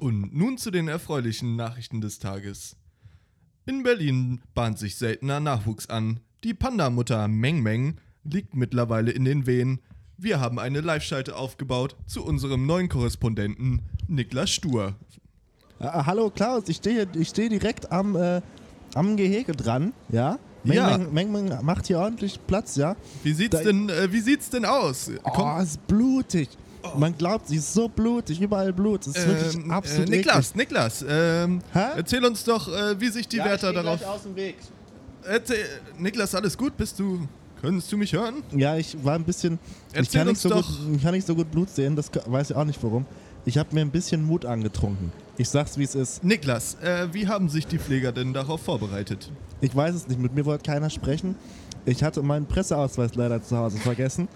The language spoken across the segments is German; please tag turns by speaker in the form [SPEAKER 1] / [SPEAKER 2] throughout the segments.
[SPEAKER 1] Und nun zu den erfreulichen Nachrichten des Tages. In Berlin bahnt sich seltener Nachwuchs an. Die Panda-Mutter Meng Meng liegt mittlerweile in den Wehen. Wir haben eine Live-Schalte aufgebaut zu unserem neuen Korrespondenten Niklas Stur.
[SPEAKER 2] Ah, hallo Klaus, ich stehe ich steh direkt am, äh, am Gehege dran, ja? Meng,
[SPEAKER 1] Ja.
[SPEAKER 2] Meng, Meng, Meng macht hier ordentlich Platz, ja?
[SPEAKER 1] Wie sieht's,
[SPEAKER 2] Da-
[SPEAKER 1] denn, äh, wie sieht's denn aus?
[SPEAKER 2] Oh, ist blutig. Man glaubt, sie ist so blutig, überall Blut. Es ist wirklich
[SPEAKER 1] Oh. ähm,
[SPEAKER 2] absolut
[SPEAKER 1] äh, Niklas, Niklas, ähm,
[SPEAKER 2] Hä?
[SPEAKER 1] erzähl uns doch, äh, wie sich die Wärter darauf.
[SPEAKER 2] aus dem Weg.
[SPEAKER 1] Erzähl, Niklas, alles gut? Bist du. Kannst du mich hören?
[SPEAKER 2] Ja, ich war ein bisschen. ich
[SPEAKER 1] Erzähl
[SPEAKER 2] kann
[SPEAKER 1] uns
[SPEAKER 2] nicht so
[SPEAKER 1] doch.
[SPEAKER 2] Gut, ich kann nicht so gut Blut sehen, das k- weiß ich auch nicht warum. Ich habe mir ein bisschen Mut angetrunken. Ich sag's, wie es ist.
[SPEAKER 1] Niklas, äh, wie haben sich die Pfleger denn darauf vorbereitet?
[SPEAKER 2] Ich weiß es nicht, mit mir wollte keiner sprechen. Ich hatte meinen Presseausweis leider zu Hause vergessen.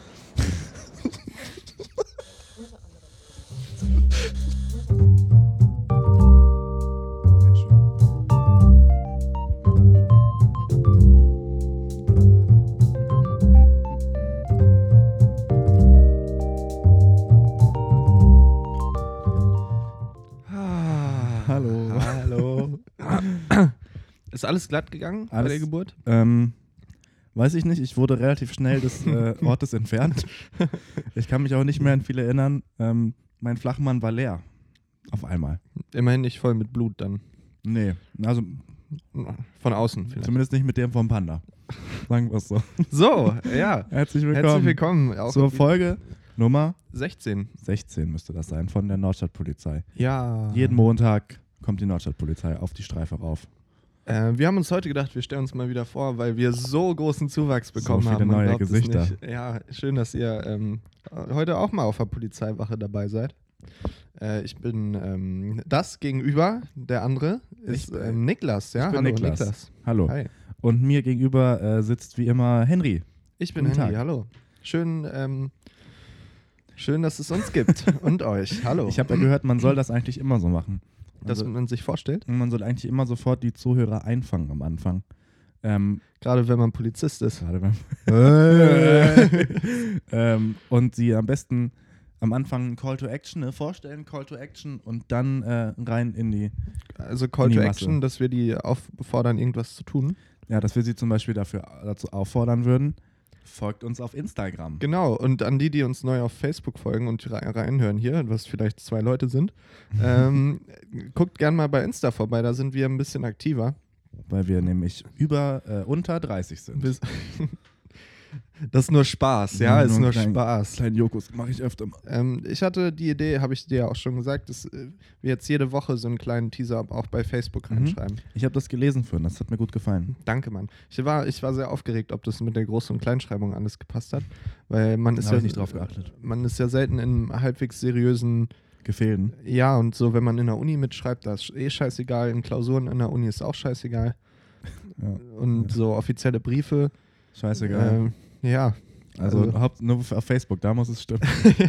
[SPEAKER 2] Hallo. Hallo.
[SPEAKER 3] Ist alles glatt gegangen bei
[SPEAKER 2] Alles-
[SPEAKER 3] der Geburt?
[SPEAKER 2] Ähm, weiß ich nicht, ich wurde relativ schnell des äh, Ortes entfernt. Ich kann mich auch nicht mehr an viel erinnern. Ähm, mein Flachmann war leer. Auf einmal.
[SPEAKER 3] Immerhin nicht voll mit Blut dann.
[SPEAKER 2] Nee, also
[SPEAKER 3] Von außen vielleicht.
[SPEAKER 2] zumindest nicht mit dem vom Panda. Sagen wir es so.
[SPEAKER 3] So, ja.
[SPEAKER 2] Herzlich willkommen,
[SPEAKER 3] Herzlich willkommen. Auch
[SPEAKER 2] zur Folge Nummer
[SPEAKER 3] 16.
[SPEAKER 2] 16 müsste das sein von der Nordstadtpolizei.
[SPEAKER 3] Ja.
[SPEAKER 2] Jeden Montag kommt die Nordstadtpolizei auf die Streife rauf.
[SPEAKER 3] Äh, wir haben uns heute gedacht, wir stellen uns mal wieder vor, weil wir so großen Zuwachs bekommen
[SPEAKER 2] viele
[SPEAKER 3] haben. Man
[SPEAKER 2] neue
[SPEAKER 3] glaubt es
[SPEAKER 2] Gesichter.
[SPEAKER 3] nicht. Ja, schön, dass ihr ähm, heute auch mal auf der Polizeiwache dabei seid. Äh, ich bin ähm, das gegenüber, der andere ist
[SPEAKER 2] Ich bin-
[SPEAKER 3] ähm, Niklas, ja?
[SPEAKER 2] ich bin
[SPEAKER 3] hallo
[SPEAKER 2] Niklas.
[SPEAKER 3] Niklas.
[SPEAKER 2] Hallo.
[SPEAKER 3] Hi.
[SPEAKER 2] Und mir gegenüber äh, sitzt wie immer Henry.
[SPEAKER 3] Ich bin
[SPEAKER 2] Guten
[SPEAKER 3] Henry,
[SPEAKER 2] Tag.
[SPEAKER 3] hallo. Schön, ähm, schön, dass es uns gibt und euch. Hallo.
[SPEAKER 2] Ich also habe ja gehört, man soll das eigentlich immer so machen.
[SPEAKER 3] dass man sich vorstellt,
[SPEAKER 2] Und man soll eigentlich immer sofort die Zuhörer einfangen am Anfang. Ähm,
[SPEAKER 3] gerade wenn man Polizist ist.
[SPEAKER 2] gerade beim ähm, und sie am besten am Anfang einen Call to Action ne, vorstellen, Call to Action und dann äh, rein in die,
[SPEAKER 3] Also Call
[SPEAKER 2] Die
[SPEAKER 3] to
[SPEAKER 2] Masse.
[SPEAKER 3] Action, dass wir die auffordern, irgendwas zu tun.
[SPEAKER 2] ja, dass wir sie zum Beispiel dafür dazu auffordern würden, folgt uns auf Instagram.
[SPEAKER 3] Genau, und an die, die uns neu auf Facebook folgen und rei- reinhören hier, was vielleicht zwei Leute sind, ähm, guckt gern mal bei Insta vorbei, da sind wir ein bisschen aktiver.
[SPEAKER 2] Weil wir nämlich über äh, unter 30 sind.
[SPEAKER 3] Wir- Das ist nur Spaß, ja,
[SPEAKER 2] Ja,
[SPEAKER 3] ist
[SPEAKER 2] nur
[SPEAKER 3] nur
[SPEAKER 2] klein-
[SPEAKER 3] Spaß.
[SPEAKER 2] kleinen Jokus mache ich öfter mal.
[SPEAKER 3] Ähm, ich hatte die Idee, habe ich dir ja auch schon gesagt, dass äh, wir jetzt jede Woche so einen kleinen Teaser auch bei Facebook
[SPEAKER 2] Mhm.
[SPEAKER 3] reinschreiben.
[SPEAKER 2] Ich habe das gelesen vorhin, das hat mir gut gefallen.
[SPEAKER 3] Danke, Mann. Ich war, ich war sehr aufgeregt, ob das mit der Groß- und Kleinschreibung alles gepasst hat, weil man ist
[SPEAKER 2] Hab
[SPEAKER 3] ja
[SPEAKER 2] ich nicht drauf geachtet.
[SPEAKER 3] Man ist ja selten in einem halbwegs seriösen
[SPEAKER 2] Gefehlen.
[SPEAKER 3] Ja und so, wenn man in der Uni mitschreibt, das ist eh scheißegal. In Klausuren in der Uni ist auch scheißegal.
[SPEAKER 2] Ja.
[SPEAKER 3] Und so offizielle Briefe.
[SPEAKER 2] Scheißegal.
[SPEAKER 3] Ähm, ja,
[SPEAKER 2] Also,
[SPEAKER 3] Also-
[SPEAKER 2] Haupt, nur auf Facebook, da muss es stimmen.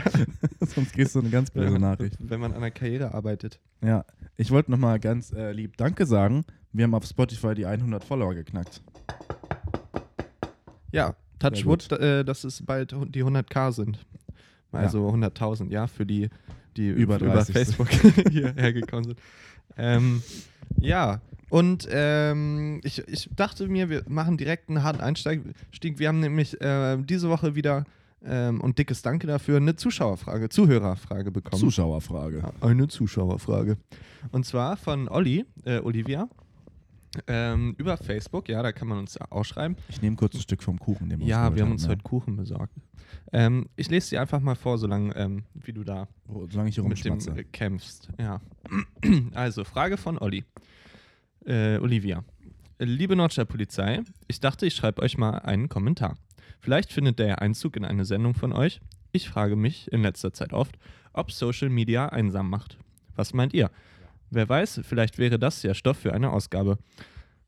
[SPEAKER 2] Sonst kriegst du eine ganz böse Nachricht.
[SPEAKER 3] wenn man an der Karriere arbeitet.
[SPEAKER 2] Ja, ich wollte nochmal ganz äh, lieb Danke sagen. Wir haben auf Spotify die 100 Follower geknackt.
[SPEAKER 3] Ja, Touchwood, äh, dass es bald hu- die 100k sind. Also 100.000, ja, für die, die
[SPEAKER 2] Über
[SPEAKER 3] über
[SPEAKER 2] 30.
[SPEAKER 3] Facebook hierher gekommen sind. Ähm, ja, und ähm, ich, ich dachte mir, wir machen direkt einen harten Einstieg. Wir haben nämlich äh, diese Woche wieder, ähm, und dickes Danke dafür, eine Zuschauerfrage, Zuhörerfrage bekommen.
[SPEAKER 2] Zuschauerfrage.
[SPEAKER 3] Eine Zuschauerfrage. Und zwar von Olli, äh, Olivia, ähm, über Facebook. Ja, da kann man uns ausschreiben.
[SPEAKER 2] Ich nehme kurz ein Stück vom Kuchen. Den
[SPEAKER 3] Ja, wir haben uns heute
[SPEAKER 2] geholt
[SPEAKER 3] Kuchen besorgt. Ähm, ich lese sie einfach mal vor, solange ähm, wie du da
[SPEAKER 2] haben, ne? Solange ich hier
[SPEAKER 3] mit dem
[SPEAKER 2] rumschmatze.
[SPEAKER 3] äh, kämpfst. Ja. Also, Frage von Olli. Äh, Olivia. Liebe Nordstadtpolizei, ich dachte, ich schreibe euch mal einen Kommentar. Vielleicht findet der ja Einzug in eine Sendung von euch. Ich frage mich in letzter Zeit oft, ob Social Media einsam macht. Was meint ihr? Wer weiß, vielleicht wäre das ja Stoff für eine Ausgabe.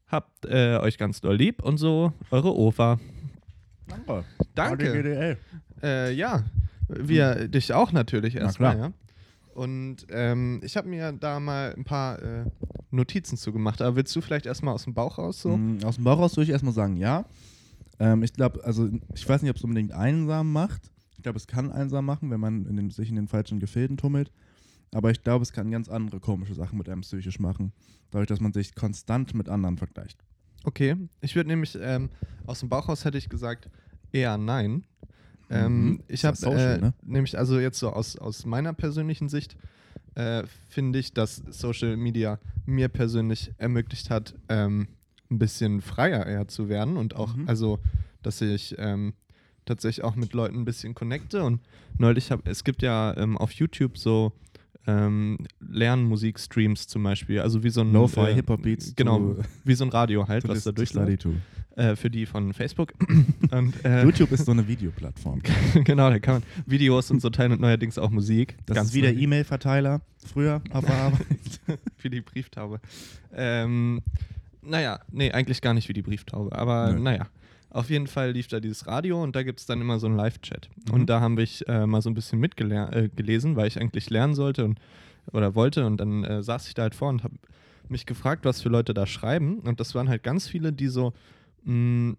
[SPEAKER 3] Habt äh, euch ganz doll lieb und so, eure Ofa.
[SPEAKER 2] Danke.
[SPEAKER 3] Danke.
[SPEAKER 2] ADGDL.
[SPEAKER 3] Äh, ja, wir äh, dich auch natürlich
[SPEAKER 2] Na
[SPEAKER 3] erstmal, ja. Und ähm, ich habe mir da mal ein paar äh, Notizen zugemacht. Aber willst du vielleicht erstmal aus dem Bauch raus so?
[SPEAKER 2] Mm, Aus dem Bauch raus würde ich erstmal sagen, ja. Ähm, ich glaube, also ich weiß nicht, ob es unbedingt einsam macht. Ich glaube, es kann einsam machen, wenn man in den, sich in den falschen Gefilden tummelt. Aber ich glaube, es kann ganz andere komische Sachen mit einem psychisch machen. Dadurch, dass man sich konstant mit anderen vergleicht.
[SPEAKER 3] Okay, ich würde nämlich ähm, aus dem Bauch raus hätte ich gesagt eher nein. Ähm,
[SPEAKER 2] Mhm.
[SPEAKER 3] ich
[SPEAKER 2] Ist ja
[SPEAKER 3] habe
[SPEAKER 2] Social,
[SPEAKER 3] äh,
[SPEAKER 2] ne?
[SPEAKER 3] nämlich also jetzt so aus, aus meiner persönlichen Sicht äh, finde ich, dass Social Media mir persönlich ermöglicht hat, ähm, ein bisschen freier eher zu werden und auch
[SPEAKER 2] Mhm.
[SPEAKER 3] also, dass ich ähm, tatsächlich auch mit Leuten ein bisschen connecte und neulich habe es gibt ja ähm, auf YouTube so ähm, Lernmusik-Streams zum Beispiel, also wie so ein
[SPEAKER 2] Lo-Fi,
[SPEAKER 3] äh,
[SPEAKER 2] Hip-Hop-Beats,
[SPEAKER 3] genau,
[SPEAKER 2] du-
[SPEAKER 3] wie so ein Radio halt, was da durchläuft
[SPEAKER 2] Slutty Too.
[SPEAKER 3] äh, für die von Facebook. und, äh,
[SPEAKER 2] YouTube ist so eine Videoplattform.
[SPEAKER 3] genau, da kann man Videos und so teilen und neuerdings auch Musik.
[SPEAKER 2] Das
[SPEAKER 3] Ganz
[SPEAKER 2] ist wie der
[SPEAKER 3] neu.
[SPEAKER 2] E-Mail-Verteiler. Früher auf der Arbeit.
[SPEAKER 3] Wie die Brieftaube. Ähm, naja, nee, eigentlich gar nicht wie die Brieftaube, aber
[SPEAKER 2] Nö.
[SPEAKER 3] naja. Auf jeden Fall lief da dieses Radio und da gibt es dann immer so einen Live-Chat.
[SPEAKER 2] Mhm.
[SPEAKER 3] Und da habe ich äh, mal so ein bisschen mitgelesen, äh, gelesen, weil ich eigentlich lernen sollte und, oder wollte. Und dann äh, saß ich da halt vor und habe mich gefragt, was für Leute da schreiben. Und das waren halt ganz viele, die so, mh,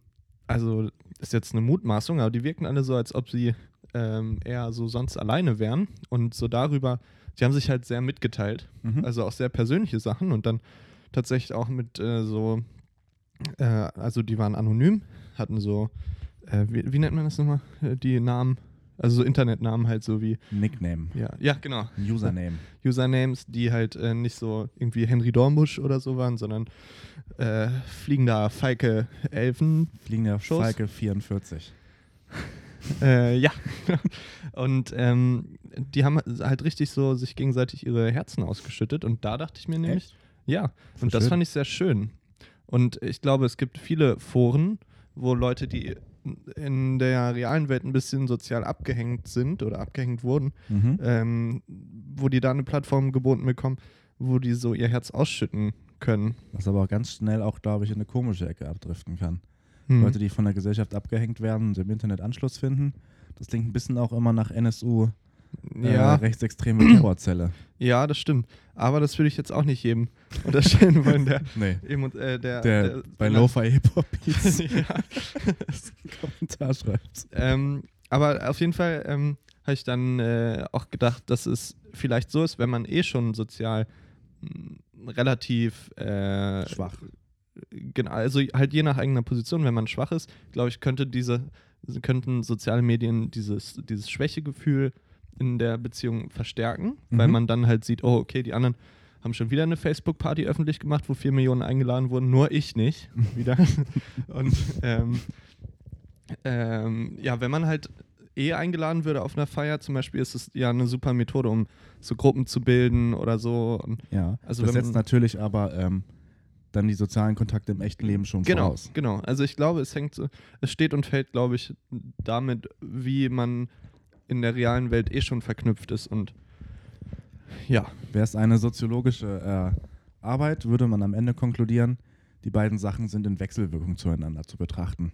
[SPEAKER 3] also ist jetzt eine Mutmaßung, aber die wirken alle so, als ob sie ähm, eher so sonst alleine wären. Und so darüber, die haben sich halt sehr mitgeteilt.
[SPEAKER 2] Mhm.
[SPEAKER 3] Also auch sehr persönliche Sachen und dann tatsächlich auch mit äh, so, äh, also die waren anonym, hatten so, äh, wie, wie nennt man das nochmal? Äh, Die Namen, also so Internetnamen halt so wie,
[SPEAKER 2] Nickname.
[SPEAKER 3] ja, ja genau,
[SPEAKER 2] Username.
[SPEAKER 3] Usernames, die halt äh, nicht so irgendwie Henry Dornbusch oder so waren, sondern äh, fliegender Falke Elfen,
[SPEAKER 2] Fliegender
[SPEAKER 3] Schuss.
[SPEAKER 2] Falke 44.
[SPEAKER 3] Äh, ja. Und ähm, die haben halt richtig so sich gegenseitig ihre Herzen ausgeschüttet. Und da dachte ich mir nämlich, ja.
[SPEAKER 2] Voll
[SPEAKER 3] Und das
[SPEAKER 2] schön.
[SPEAKER 3] fand ich sehr schön. Und ich glaube, es gibt viele Foren, wo Leute, die in der realen Welt ein bisschen sozial abgehängt sind oder abgehängt wurden,
[SPEAKER 2] Mhm.
[SPEAKER 3] ähm, wo die da eine Plattform geboten bekommen, wo die so ihr Herz ausschütten können.
[SPEAKER 2] Was aber auch ganz schnell auch, glaube ich, in eine komische Ecke abdriften kann.
[SPEAKER 3] Hm.
[SPEAKER 2] Leute, die von der Gesellschaft abgehängt werden und im Internet Anschluss finden. Das klingt ein bisschen auch immer nach NSU, äh,
[SPEAKER 3] ja.
[SPEAKER 2] rechtsextreme Terrorzelle.
[SPEAKER 3] ja, das stimmt. Aber das würde ich jetzt auch nicht jedem unterstellen wollen, der
[SPEAKER 2] Nee.
[SPEAKER 3] Eben, und, äh, der,
[SPEAKER 2] Der,
[SPEAKER 3] der-
[SPEAKER 2] bei Lo-Fi Hip-Hop Beats
[SPEAKER 3] ja.
[SPEAKER 2] einen Kommentar schreibt.
[SPEAKER 3] ähm, aber auf jeden Fall ähm, habe ich dann äh, auch gedacht, dass es vielleicht so ist, wenn man eh schon sozial mh, relativ äh,
[SPEAKER 2] Schwach.
[SPEAKER 3] Genau, also halt je nach eigener Position, wenn man schwach ist, glaube ich, könnte diese, könnten soziale Medien dieses, dieses Schwächegefühl in der Beziehung verstärken, weil
[SPEAKER 2] Mhm.
[SPEAKER 3] man dann halt sieht, oh, okay, die anderen haben schon wieder eine Facebook-Party öffentlich gemacht, wo vier Millionen eingeladen wurden, nur ich nicht. Wieder. Und ähm, ähm, ja, wenn man halt eh eingeladen würde auf einer Feier, zum Beispiel ist es ja eine super Methode, um so Gruppen zu bilden oder so. Und
[SPEAKER 2] Ja.
[SPEAKER 3] Also
[SPEAKER 2] Also das
[SPEAKER 3] wenn man-
[SPEAKER 2] setzt natürlich aber ähm, dann die sozialen Kontakte im echten Leben schon
[SPEAKER 3] Genau,
[SPEAKER 2] voraus.
[SPEAKER 3] genau. Also ich glaube, es hängt, so- es steht und fällt, glaube ich, damit, wie man in der realen Welt eh schon verknüpft ist und ja,
[SPEAKER 2] Wäre es eine soziologische äh, Arbeit, würde man am Ende konkludieren, die beiden Sachen sind in Wechselwirkung zueinander zu betrachten.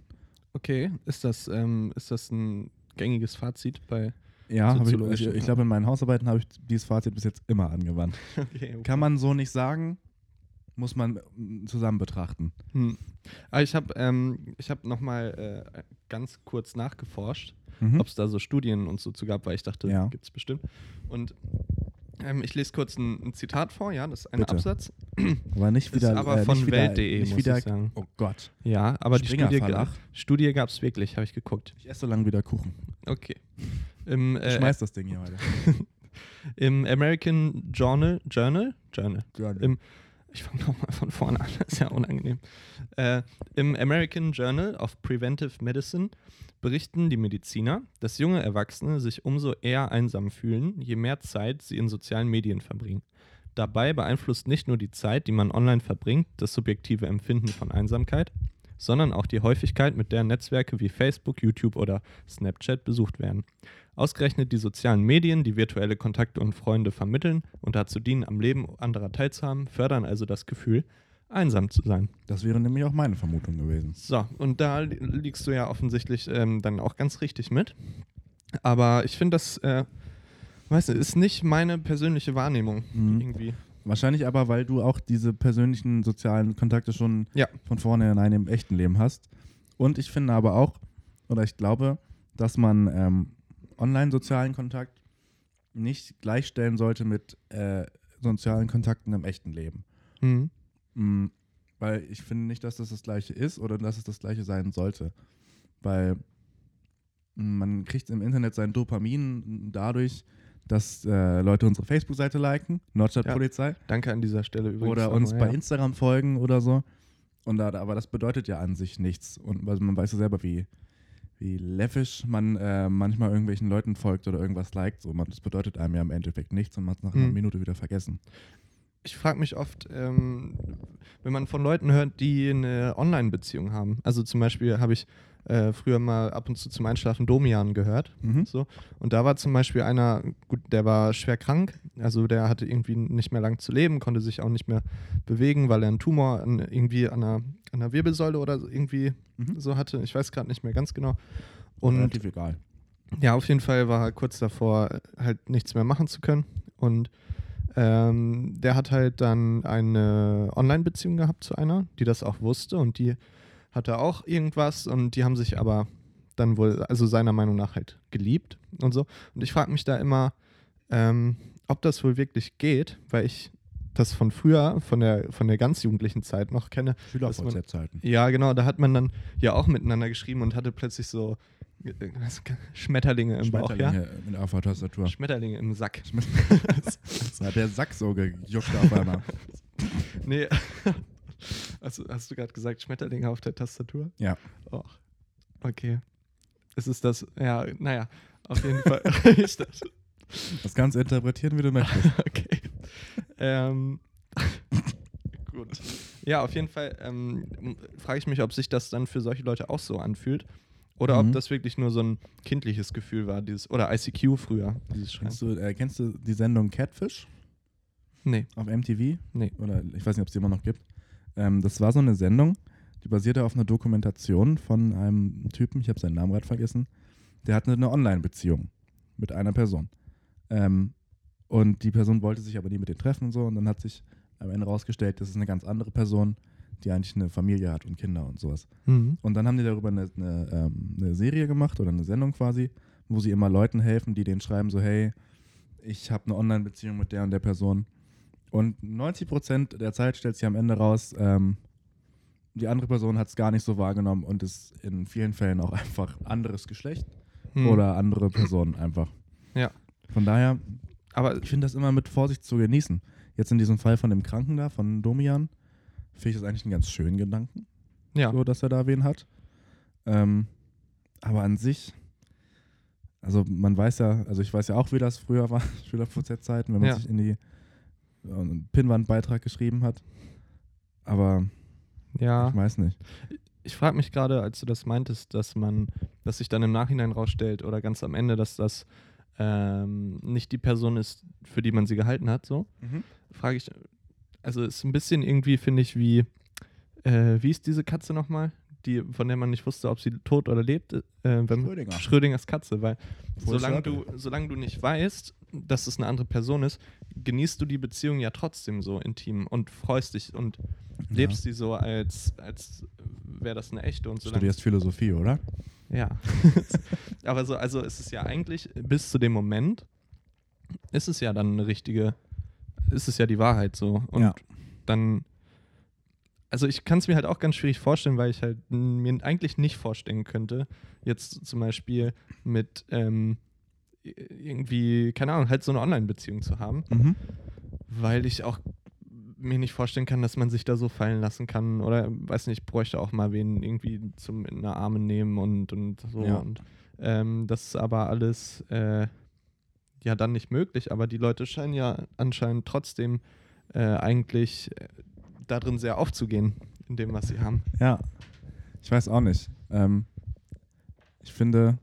[SPEAKER 3] okay, ist das, ähm, ist das ein gängiges Fazit bei?
[SPEAKER 2] Ja, hab ich,
[SPEAKER 3] Soziologisch,
[SPEAKER 2] ich, ich
[SPEAKER 3] ja.
[SPEAKER 2] glaube, in meinen Hausarbeiten habe ich dieses Fazit bis jetzt immer angewandt.
[SPEAKER 3] Okay,
[SPEAKER 2] Kann man so nicht sagen, muss man mm, zusammen betrachten.
[SPEAKER 3] Hm. Aber ich habe, ähm, ich habe noch mal äh, ganz kurz nachgeforscht,
[SPEAKER 2] Mhm.
[SPEAKER 3] ob es da so Studien und so zu gab, weil ich dachte,
[SPEAKER 2] Ja.
[SPEAKER 3] gibt's gibt es bestimmt. Und ähm, ich lese kurz ein, ein Zitat vor, ja, das ist ein
[SPEAKER 2] Bitte.
[SPEAKER 3] Absatz.
[SPEAKER 2] Aber nicht
[SPEAKER 3] Ist
[SPEAKER 2] wieder.
[SPEAKER 3] aber
[SPEAKER 2] äh,
[SPEAKER 3] von
[SPEAKER 2] nicht wieder,
[SPEAKER 3] Welt.de,
[SPEAKER 2] nicht
[SPEAKER 3] muss
[SPEAKER 2] wieder,
[SPEAKER 3] ich sagen.
[SPEAKER 2] Oh Gott.
[SPEAKER 3] Ja, aber die
[SPEAKER 2] Springer
[SPEAKER 3] Studie, ga-
[SPEAKER 2] Verlag.
[SPEAKER 3] Studie gab es wirklich, habe ich geguckt.
[SPEAKER 2] Ich esse so lange wieder Kuchen.
[SPEAKER 3] Okay. Im,
[SPEAKER 2] Ich
[SPEAKER 3] äh,
[SPEAKER 2] schmeiß das Ding hier heute.
[SPEAKER 3] Im American Journal, Journal, Journal.
[SPEAKER 2] Gerne.
[SPEAKER 3] Im, ich fange nochmal von vorne an, das ist ja unangenehm. Äh, Im American Journal of Preventive Medicine berichten die Mediziner, dass junge Erwachsene sich umso eher einsam fühlen, je mehr Zeit sie in sozialen Medien verbringen. Dabei beeinflusst nicht nur die Zeit, die man online verbringt, das subjektive Empfinden von Einsamkeit, sondern auch die Häufigkeit, mit der Netzwerke wie Facebook, YouTube oder Snapchat besucht werden. Ausgerechnet die sozialen Medien, die virtuelle Kontakte und Freunde vermitteln und dazu dienen, am Leben anderer teilzuhaben, fördern also das Gefühl, einsam zu sein.
[SPEAKER 2] Das wäre nämlich auch meine Vermutung gewesen.
[SPEAKER 3] So, und da li- liegst du ja offensichtlich ähm, dann auch ganz richtig mit. Aber ich finde, das äh, weiß nicht, ist nicht meine persönliche Wahrnehmung
[SPEAKER 2] Mhm.
[SPEAKER 3] irgendwie.
[SPEAKER 2] Wahrscheinlich aber, weil du auch diese persönlichen sozialen Kontakte schon
[SPEAKER 3] Ja.
[SPEAKER 2] von vornherein im echten Leben hast. Und ich finde aber auch, oder ich glaube, dass man ähm, online sozialen Kontakt nicht gleichstellen sollte mit äh, sozialen Kontakten im echten Leben.
[SPEAKER 3] Mhm.
[SPEAKER 2] Mm, Weil ich finde nicht, dass das das Gleiche ist oder dass es das Gleiche sein sollte. Weil mm, man kriegt im Internet sein Dopamin dadurch, dass äh, Leute unsere Facebook-Seite liken,
[SPEAKER 3] Ja.
[SPEAKER 2] Nordstadtpolizei,
[SPEAKER 3] Danke an dieser Stelle übrigens.
[SPEAKER 2] oder
[SPEAKER 3] nochmal,
[SPEAKER 2] uns bei
[SPEAKER 3] ja.
[SPEAKER 2] Instagram folgen oder so. Und da, aber das bedeutet ja an sich nichts. Und weil man weiß ja selber, wie, wie läffisch man äh, manchmal irgendwelchen Leuten folgt oder irgendwas liked. So, man, das bedeutet einem ja im Endeffekt nichts und man hat es nach einer
[SPEAKER 3] Mhm.
[SPEAKER 2] Minute wieder vergessen.
[SPEAKER 3] Ich frage mich oft, ähm, wenn man von Leuten hört, die eine Online-Beziehung haben. Also zum Beispiel habe ich äh, früher mal ab und zu zum Einschlafen Domian gehört.
[SPEAKER 2] Mhm.
[SPEAKER 3] So. Und da war zum Beispiel einer, gut, der war schwer krank, also der hatte irgendwie nicht mehr lang zu leben, konnte sich auch nicht mehr bewegen, weil er einen Tumor an, irgendwie an einer, an einer Wirbelsäule oder so irgendwie
[SPEAKER 2] Mhm.
[SPEAKER 3] so hatte. Ich weiß gerade nicht mehr ganz genau. Und
[SPEAKER 2] Relativ egal.
[SPEAKER 3] ja, auf jeden Fall war er kurz davor, halt nichts mehr machen zu können. Und ähm, der hat halt dann eine Online-Beziehung gehabt zu einer, die das auch wusste und die hatte auch irgendwas und die haben sich aber dann wohl, also seiner Meinung nach halt geliebt und so. Und ich frage mich da immer, ähm, ob das wohl wirklich geht, weil ich das von früher, von der, von der ganz jugendlichen Zeit noch kenne,
[SPEAKER 2] Schüler
[SPEAKER 3] dass man-
[SPEAKER 2] halten.
[SPEAKER 3] ja, genau, da hat man dann ja auch miteinander geschrieben und hatte plötzlich so äh, was- Schmetterlinge im Bauch,
[SPEAKER 2] Schmetterlinge mit der
[SPEAKER 3] ja?
[SPEAKER 2] tastatur
[SPEAKER 3] Schmetterlinge im Sack.
[SPEAKER 2] Das hat der Sack so gejuckt auf einmal.
[SPEAKER 3] Nee. Also, hast du gerade gesagt, Schmetterlinge auf der Tastatur?
[SPEAKER 2] Ja.
[SPEAKER 3] Och. Okay. Es ist das, ja, naja, auf jeden Fall. ich dachte,
[SPEAKER 2] Das Ganze interpretieren, wie du möchtest.
[SPEAKER 3] okay. Ähm, gut. Ja, auf jeden Fall ähm, frage ich mich, ob sich das dann für solche Leute auch so anfühlt. Oder
[SPEAKER 2] Mhm.
[SPEAKER 3] ob das wirklich nur so ein kindliches Gefühl war, dieses, oder ICQ früher, dieses Schreien.
[SPEAKER 2] Kennst du, äh, kennst du die Sendung Catfish
[SPEAKER 3] Nee,
[SPEAKER 2] auf MTV?
[SPEAKER 3] nee.
[SPEAKER 2] Oder ich weiß nicht, ob es die immer noch gibt. Ähm, das war so eine Sendung, die basierte auf einer Dokumentation von einem Typen, ich habe seinen Namen gerade vergessen. Der hatte eine Online-Beziehung mit einer Person. Ähm, und die Person wollte sich aber nie mit denen treffen und so. Und dann hat sich am Ende rausgestellt, das ist eine ganz andere Person, die eigentlich eine Familie hat und Kinder und sowas. Und dann haben die darüber eine, eine, ähm, eine Serie gemacht oder eine Sendung quasi, wo sie immer Leuten helfen, die denen schreiben so, hey, ich habe eine Online-Beziehung mit der und der Person. Und 90% der Zeit stellt sich am Ende raus, ähm, die andere Person hat es gar nicht so wahrgenommen und ist in vielen Fällen auch einfach anderes Geschlecht
[SPEAKER 3] Hm.
[SPEAKER 2] oder andere Personen einfach.
[SPEAKER 3] Ja.
[SPEAKER 2] Von daher,
[SPEAKER 3] Aber
[SPEAKER 2] ich finde das immer mit Vorsicht zu genießen. Jetzt in diesem Fall von dem Kranken da, von Domian, finde ich das eigentlich einen ganz schönen Gedanken
[SPEAKER 3] ja,
[SPEAKER 2] so, dass er da wen hat. Ähm, aber an sich, also man weiß ja, also ich weiß ja auch, wie das früher war, Schüler-VZ-Zeiten, wenn man
[SPEAKER 3] Ja.
[SPEAKER 2] sich in die äh, einen Pinnwandbeitrag geschrieben hat. Aber
[SPEAKER 3] ja.
[SPEAKER 2] ich weiß nicht.
[SPEAKER 3] Ich frage mich gerade, als du das meintest, dass man, dass sich dann im Nachhinein rausstellt oder ganz am Ende, dass das ähm, nicht die Person ist, für die man sie gehalten hat, so,
[SPEAKER 2] Mhm.
[SPEAKER 3] frage ich, also ist ein bisschen irgendwie, finde ich, wie, äh, wie ist diese Katze nochmal? Die, von der man nicht wusste, ob sie tot oder lebt, äh, wenn
[SPEAKER 2] Schrödinger.
[SPEAKER 3] Schrödingers Katze, weil
[SPEAKER 2] Full
[SPEAKER 3] solange du,
[SPEAKER 2] circle.
[SPEAKER 3] solange du nicht weißt, dass es eine andere Person ist, genießt du die Beziehung ja trotzdem so intim und freust dich und lebst die so, als, als wäre das eine echte und
[SPEAKER 2] Du
[SPEAKER 3] so lange.
[SPEAKER 2] studierst Philosophie, oder?
[SPEAKER 3] Ja. Aber so, also es ist ja eigentlich, bis zu dem Moment ist es ja dann eine richtige, ist es ja die Wahrheit so. Und
[SPEAKER 2] Ja.
[SPEAKER 3] dann, also ich kann es mir halt auch ganz schwierig vorstellen, weil ich halt n- mir eigentlich nicht vorstellen könnte, jetzt zum Beispiel mit ähm, i- irgendwie, keine Ahnung, halt so eine Online-Beziehung zu haben,
[SPEAKER 2] Mhm.
[SPEAKER 3] weil ich auch mir nicht vorstellen kann, dass man sich da so fallen lassen kann oder weiß nicht, bräuchte auch mal wen irgendwie zum in der Arme nehmen und, und so
[SPEAKER 2] Ja.
[SPEAKER 3] und ähm, das ist aber alles äh, ja dann nicht möglich, aber die Leute scheinen ja anscheinend trotzdem äh, eigentlich äh, darin sehr aufzugehen, in dem, was sie haben.
[SPEAKER 2] Ja. Ich weiß auch nicht. Ähm, ich finde,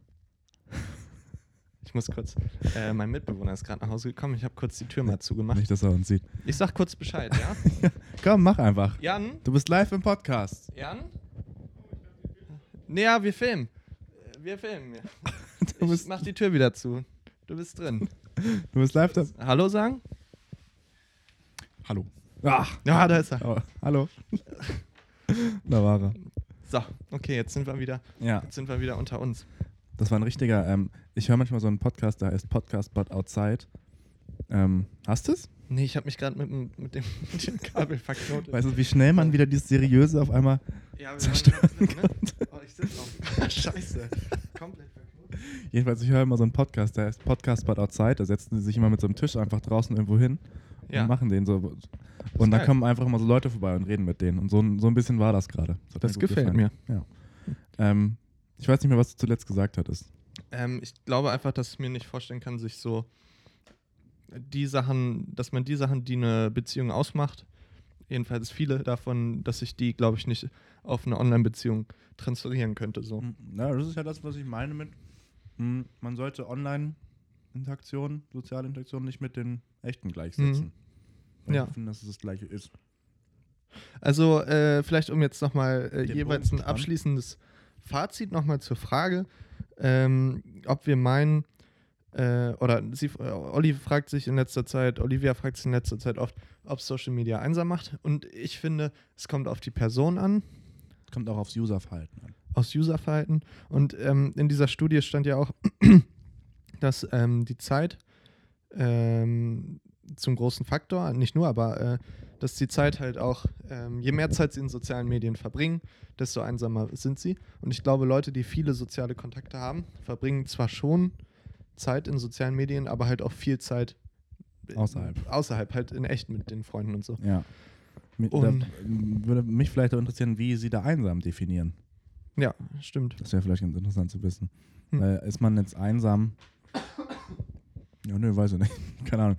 [SPEAKER 3] Ich muss kurz, äh, mein Mitbewohner ist gerade nach Hause gekommen, ich habe kurz die Tür mal zugemacht.
[SPEAKER 2] nicht, dass er uns sieht.
[SPEAKER 3] Ich sag kurz Bescheid, ja?
[SPEAKER 2] Komm, mach einfach.
[SPEAKER 3] Jan?
[SPEAKER 2] Du bist live im Podcast.
[SPEAKER 3] Jan? Naja, wir filmen. Äh, Wir filmen.
[SPEAKER 2] Du
[SPEAKER 3] Ich
[SPEAKER 2] bist,
[SPEAKER 3] mach die Tür wieder zu. Du bist drin.
[SPEAKER 2] du bist live da.
[SPEAKER 3] Hallo sagen?
[SPEAKER 2] Hallo. Ach,
[SPEAKER 3] Ja, da ist er.
[SPEAKER 2] Oh, hallo. da war er.
[SPEAKER 3] So, okay, jetzt sind wir wieder,
[SPEAKER 2] Ja,
[SPEAKER 3] jetzt sind wir wieder unter uns.
[SPEAKER 2] das war ein richtiger. Ähm, ich höre manchmal so einen Podcast, da heißt Podcast But Outside. Ähm, hast du es?
[SPEAKER 3] Nee, ich habe mich gerade mit, dem- mit, dem- mit dem Kabel verknotet.
[SPEAKER 2] Weißt du, wie schnell man wieder dieses Seriöse auf einmal.
[SPEAKER 3] ja, wir
[SPEAKER 2] zerstören
[SPEAKER 3] waren gerade drin, ne? Oh, ich sitze auf. Scheiße. Komplett verknotet.
[SPEAKER 2] Jedenfalls, ich höre immer so einen Podcast, der heißt Podcast But Outside. Da setzen die sich immer mit so einem Tisch einfach draußen irgendwo hin
[SPEAKER 3] Ja.
[SPEAKER 2] und machen den so. Und dann
[SPEAKER 3] geil.
[SPEAKER 2] kommen einfach immer so Leute vorbei und reden mit denen. Und so, ein- so ein bisschen war das gerade. hat
[SPEAKER 3] Das
[SPEAKER 2] gut
[SPEAKER 3] gefällt
[SPEAKER 2] Ja. Ähm, ich weiß nicht mehr, was du zuletzt gesagt hattest.
[SPEAKER 3] Ähm, ich glaube einfach, dass ich mir nicht vorstellen kann, sich so die Sachen, dass man die Sachen, die eine Beziehung ausmacht, jedenfalls viele davon, dass ich die, glaube ich, nicht auf eine Online-Beziehung transferieren könnte. So.
[SPEAKER 2] Hm, Ja, das ist ja das, was ich meine mit, mm, man sollte Online-Interaktion, soziale Interaktion nicht mit den echten gleichsetzen.
[SPEAKER 3] Mhm.
[SPEAKER 2] Weil
[SPEAKER 3] Ja.
[SPEAKER 2] Ich finde, dass es das gleiche ist.
[SPEAKER 3] Also äh, vielleicht, um jetzt nochmal äh,
[SPEAKER 2] Den
[SPEAKER 3] jeweils
[SPEAKER 2] Bogen
[SPEAKER 3] ein
[SPEAKER 2] dran.
[SPEAKER 3] abschließendes Fazit nochmal zur Frage, ähm, ob wir meinen, äh, oder sie, äh, Olli fragt sich in letzter Zeit, Olivia fragt sich in letzter Zeit oft, ob Social Media einsam macht. Und ich finde, es kommt auf die Person an,
[SPEAKER 2] Kommt auch aufs Userverhalten an.
[SPEAKER 3] aus Userverhalten. Und ähm, in dieser Studie stand ja auch, dass ähm, die Zeit ähm, zum großen Faktor, nicht nur, aber äh, dass die Zeit halt auch, ähm, je mehr Zeit sie in sozialen Medien verbringen, desto einsamer sind sie. Und ich glaube, Leute, die viele soziale Kontakte haben, verbringen zwar schon Zeit in sozialen Medien, aber halt auch viel Zeit äh,
[SPEAKER 2] Außerhalb.
[SPEAKER 3] Außerhalb, halt in echt mit den Freunden und so.
[SPEAKER 2] Ja. Mi- Da
[SPEAKER 3] Und-
[SPEAKER 2] m, würde mich vielleicht auch interessieren, wie sie da einsam definieren.
[SPEAKER 3] Ja, stimmt.
[SPEAKER 2] Das wäre vielleicht ganz interessant zu wissen.
[SPEAKER 3] Hm.
[SPEAKER 2] Weil ist man jetzt einsam? Ja, nö, weiß ich nicht. Keine Ahnung.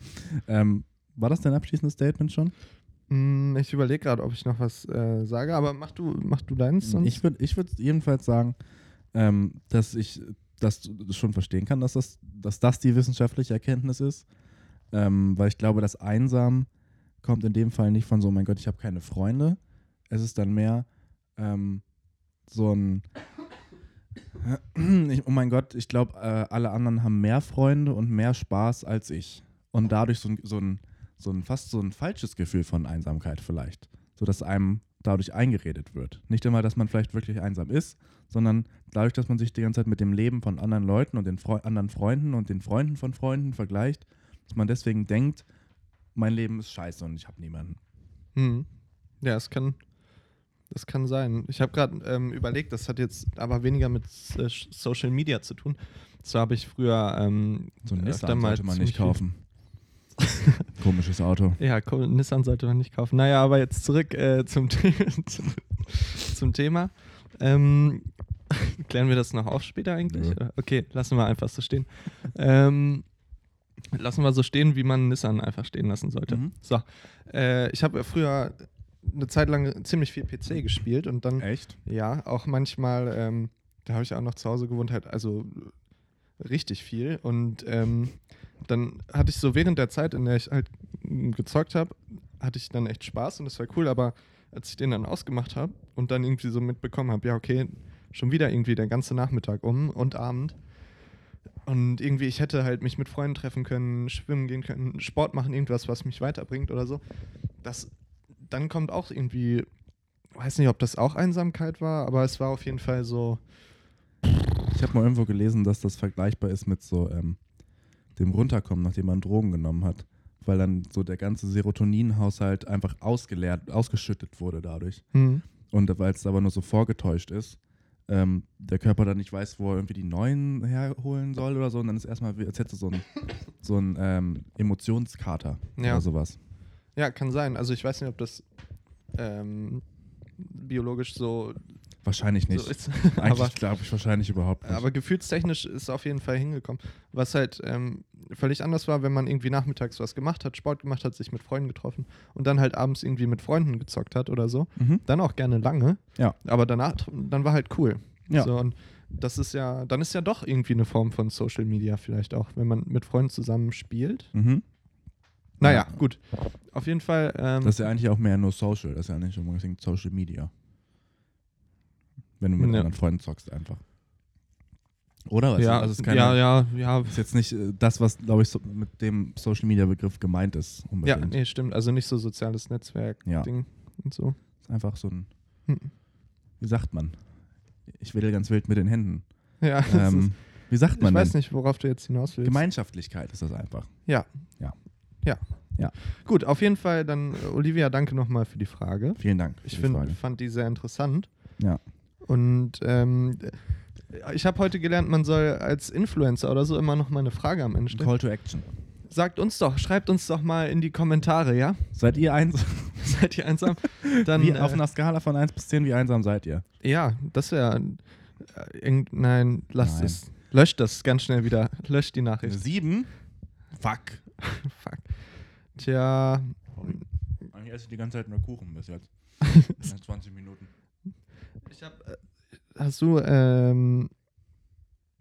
[SPEAKER 2] Ähm, war das dein abschließendes Statement schon?
[SPEAKER 3] Hm, Ich überlege gerade, ob ich noch was äh, sage, aber mach du, mach du deins. sonst-
[SPEAKER 2] Ich würde ich würd jedenfalls sagen, ähm, dass ich das schon verstehen kann, dass das, dass das die wissenschaftliche Erkenntnis ist. Ähm, weil ich glaube, das Einsam kommt in dem Fall nicht von so, oh mein Gott, ich habe keine Freunde. Es ist dann mehr ähm, so ein, ich, oh mein Gott, ich glaube, äh, alle anderen haben mehr Freunde und mehr Spaß als ich. Und dadurch so ein, so ein, so ein fast so ein falsches Gefühl von Einsamkeit vielleicht sodass einem dadurch eingeredet wird. Nicht immer, dass man vielleicht wirklich einsam ist, sondern dadurch, dass man sich die ganze Zeit mit dem Leben von anderen Leuten und den Freu anderen Freunden und den Freunden von Freunden vergleicht, dass man deswegen denkt, mein Leben ist scheiße und ich habe niemanden.
[SPEAKER 3] Hm. Ja, es kann, das kann sein. Ich habe gerade ähm, überlegt, das hat jetzt aber weniger mit äh, Sch- Social Media zu tun. Zwar habe ich früher ähm,
[SPEAKER 2] So ein
[SPEAKER 3] öfter
[SPEAKER 2] Nissan sollte man
[SPEAKER 3] ziemlich
[SPEAKER 2] nicht kaufen. Komisches Auto.
[SPEAKER 3] Viel, ja, cool, Nissan sollte man nicht kaufen. Naja, aber jetzt zurück äh, zum, The zum, zum Thema. Ähm, klären wir das noch auf später eigentlich?
[SPEAKER 2] Nö.
[SPEAKER 3] Oder- Okay, lassen wir einfach so stehen. ähm, lassen wir so stehen, wie man Nissan einfach stehen lassen sollte.
[SPEAKER 2] Mhm.
[SPEAKER 3] So, äh, ich habe früher eine Zeit lang ziemlich viel PC gespielt und dann
[SPEAKER 2] Echt?
[SPEAKER 3] ja, auch manchmal, ähm, da habe ich auch noch zu Hause gewohnt, halt, also äh, richtig viel. Und ähm, dann hatte ich so während der Zeit, in der ich halt mm, gezockt habe, hatte ich dann echt Spaß und das war cool, aber als ich den dann ausgemacht habe und dann irgendwie so mitbekommen habe, ja, okay, schon wieder irgendwie der ganze Nachmittag um und Abend. Und irgendwie, ich hätte halt mich mit Freunden treffen können, schwimmen gehen können, Sport machen, irgendwas, was mich weiterbringt oder so. Das, dann kommt auch irgendwie weiß nicht, ob das auch Einsamkeit war, aber es war auf jeden Fall so.
[SPEAKER 2] Ich habe mal irgendwo gelesen, dass das vergleichbar ist mit so ähm, dem Runterkommen, nachdem man Drogen genommen hat. Weil dann so der ganze Serotoninhaushalt einfach ausgeleert, ausgeschüttet wurde dadurch.
[SPEAKER 3] hm.
[SPEAKER 2] Und weil es aber nur so vorgetäuscht ist, ähm, der Körper dann nicht weiß, wo er irgendwie die neuen herholen soll oder so. Und dann ist erstmal, wie- als hätte so ein, so ein ähm, Emotionskater
[SPEAKER 3] Ja.
[SPEAKER 2] oder sowas.
[SPEAKER 3] Ja, kann sein. Also ich weiß nicht, ob das ähm, biologisch so,
[SPEAKER 2] Wahrscheinlich nicht.
[SPEAKER 3] so ist. aber,
[SPEAKER 2] Eigentlich glaube ich wahrscheinlich überhaupt nicht.
[SPEAKER 3] aber gefühlstechnisch ist es auf jeden Fall hingekommen. Was halt ähm, völlig anders war, wenn man irgendwie nachmittags was gemacht hat, Sport gemacht hat, sich mit Freunden getroffen und dann halt abends irgendwie mit Freunden gezockt hat oder so.
[SPEAKER 2] mhm.
[SPEAKER 3] Dann auch gerne lange.
[SPEAKER 2] Ja.
[SPEAKER 3] Aber danach, dann war halt cool.
[SPEAKER 2] Ja.
[SPEAKER 3] So, und das ist ja, dann ist ja doch irgendwie eine Form von Social Media vielleicht auch, wenn man mit Freunden zusammen spielt.
[SPEAKER 2] Mhm.
[SPEAKER 3] Naja, gut. Auf jeden Fall. Ähm,
[SPEAKER 2] Das ist ja eigentlich auch mehr nur Social. Das ist ja nicht unbedingt Social Media. Wenn du mit
[SPEAKER 3] Ja.
[SPEAKER 2] anderen Freunden zockst einfach. Oder? Also,
[SPEAKER 3] ja,
[SPEAKER 2] also es ist keine,
[SPEAKER 3] ja, ja, ja.
[SPEAKER 2] Ist jetzt nicht äh, das, was, glaube ich, so mit dem Social Media Begriff gemeint ist.
[SPEAKER 3] Ja,
[SPEAKER 2] Unbedingt.
[SPEAKER 3] nee, stimmt. Also nicht so soziales
[SPEAKER 2] Ja.
[SPEAKER 3] Netzwerk-Ding und so.
[SPEAKER 2] Ist einfach so ein,
[SPEAKER 3] Hm.
[SPEAKER 2] wie sagt man? Ich wedel ganz wild mit den Händen.
[SPEAKER 3] Ja, das
[SPEAKER 2] Ähm,
[SPEAKER 3] ist,
[SPEAKER 2] Wie sagt man
[SPEAKER 3] ich weiß
[SPEAKER 2] denn?
[SPEAKER 3] nicht, worauf du jetzt hinaus willst.
[SPEAKER 2] Gemeinschaftlichkeit ist das einfach.
[SPEAKER 3] Ja.
[SPEAKER 2] Ja.
[SPEAKER 3] Ja.
[SPEAKER 2] Ja.
[SPEAKER 3] Gut, auf jeden Fall dann, äh, Olivia, danke nochmal für die Frage.
[SPEAKER 2] Vielen Dank. für
[SPEAKER 3] Ich
[SPEAKER 2] die
[SPEAKER 3] find,
[SPEAKER 2] Frage.
[SPEAKER 3] fand die sehr interessant.
[SPEAKER 2] Ja.
[SPEAKER 3] Und ähm, ich habe heute gelernt, man soll als Influencer oder so immer nochmal eine Frage am Ende stellen.
[SPEAKER 2] Call to Action.
[SPEAKER 3] Sagt uns doch, schreibt uns doch mal in die Kommentare, ja?
[SPEAKER 2] Seid ihr einsam?
[SPEAKER 3] Seid ihr einsam? Dann,
[SPEAKER 2] Wie,
[SPEAKER 3] äh,
[SPEAKER 2] auf einer Skala von 1 bis 10, wie einsam seid ihr?
[SPEAKER 3] ja, das wäre. Äh, irgend- nein, lasst
[SPEAKER 2] Nein.
[SPEAKER 3] es. Löscht das ganz schnell wieder. Löscht die Nachricht.
[SPEAKER 2] 7? Fuck.
[SPEAKER 3] Fuck. Tja,
[SPEAKER 2] Ich esse die ganze Zeit nur Kuchen bis jetzt. Nach 20 Minuten.
[SPEAKER 3] Ich hab. Äh, hast du. Ähm,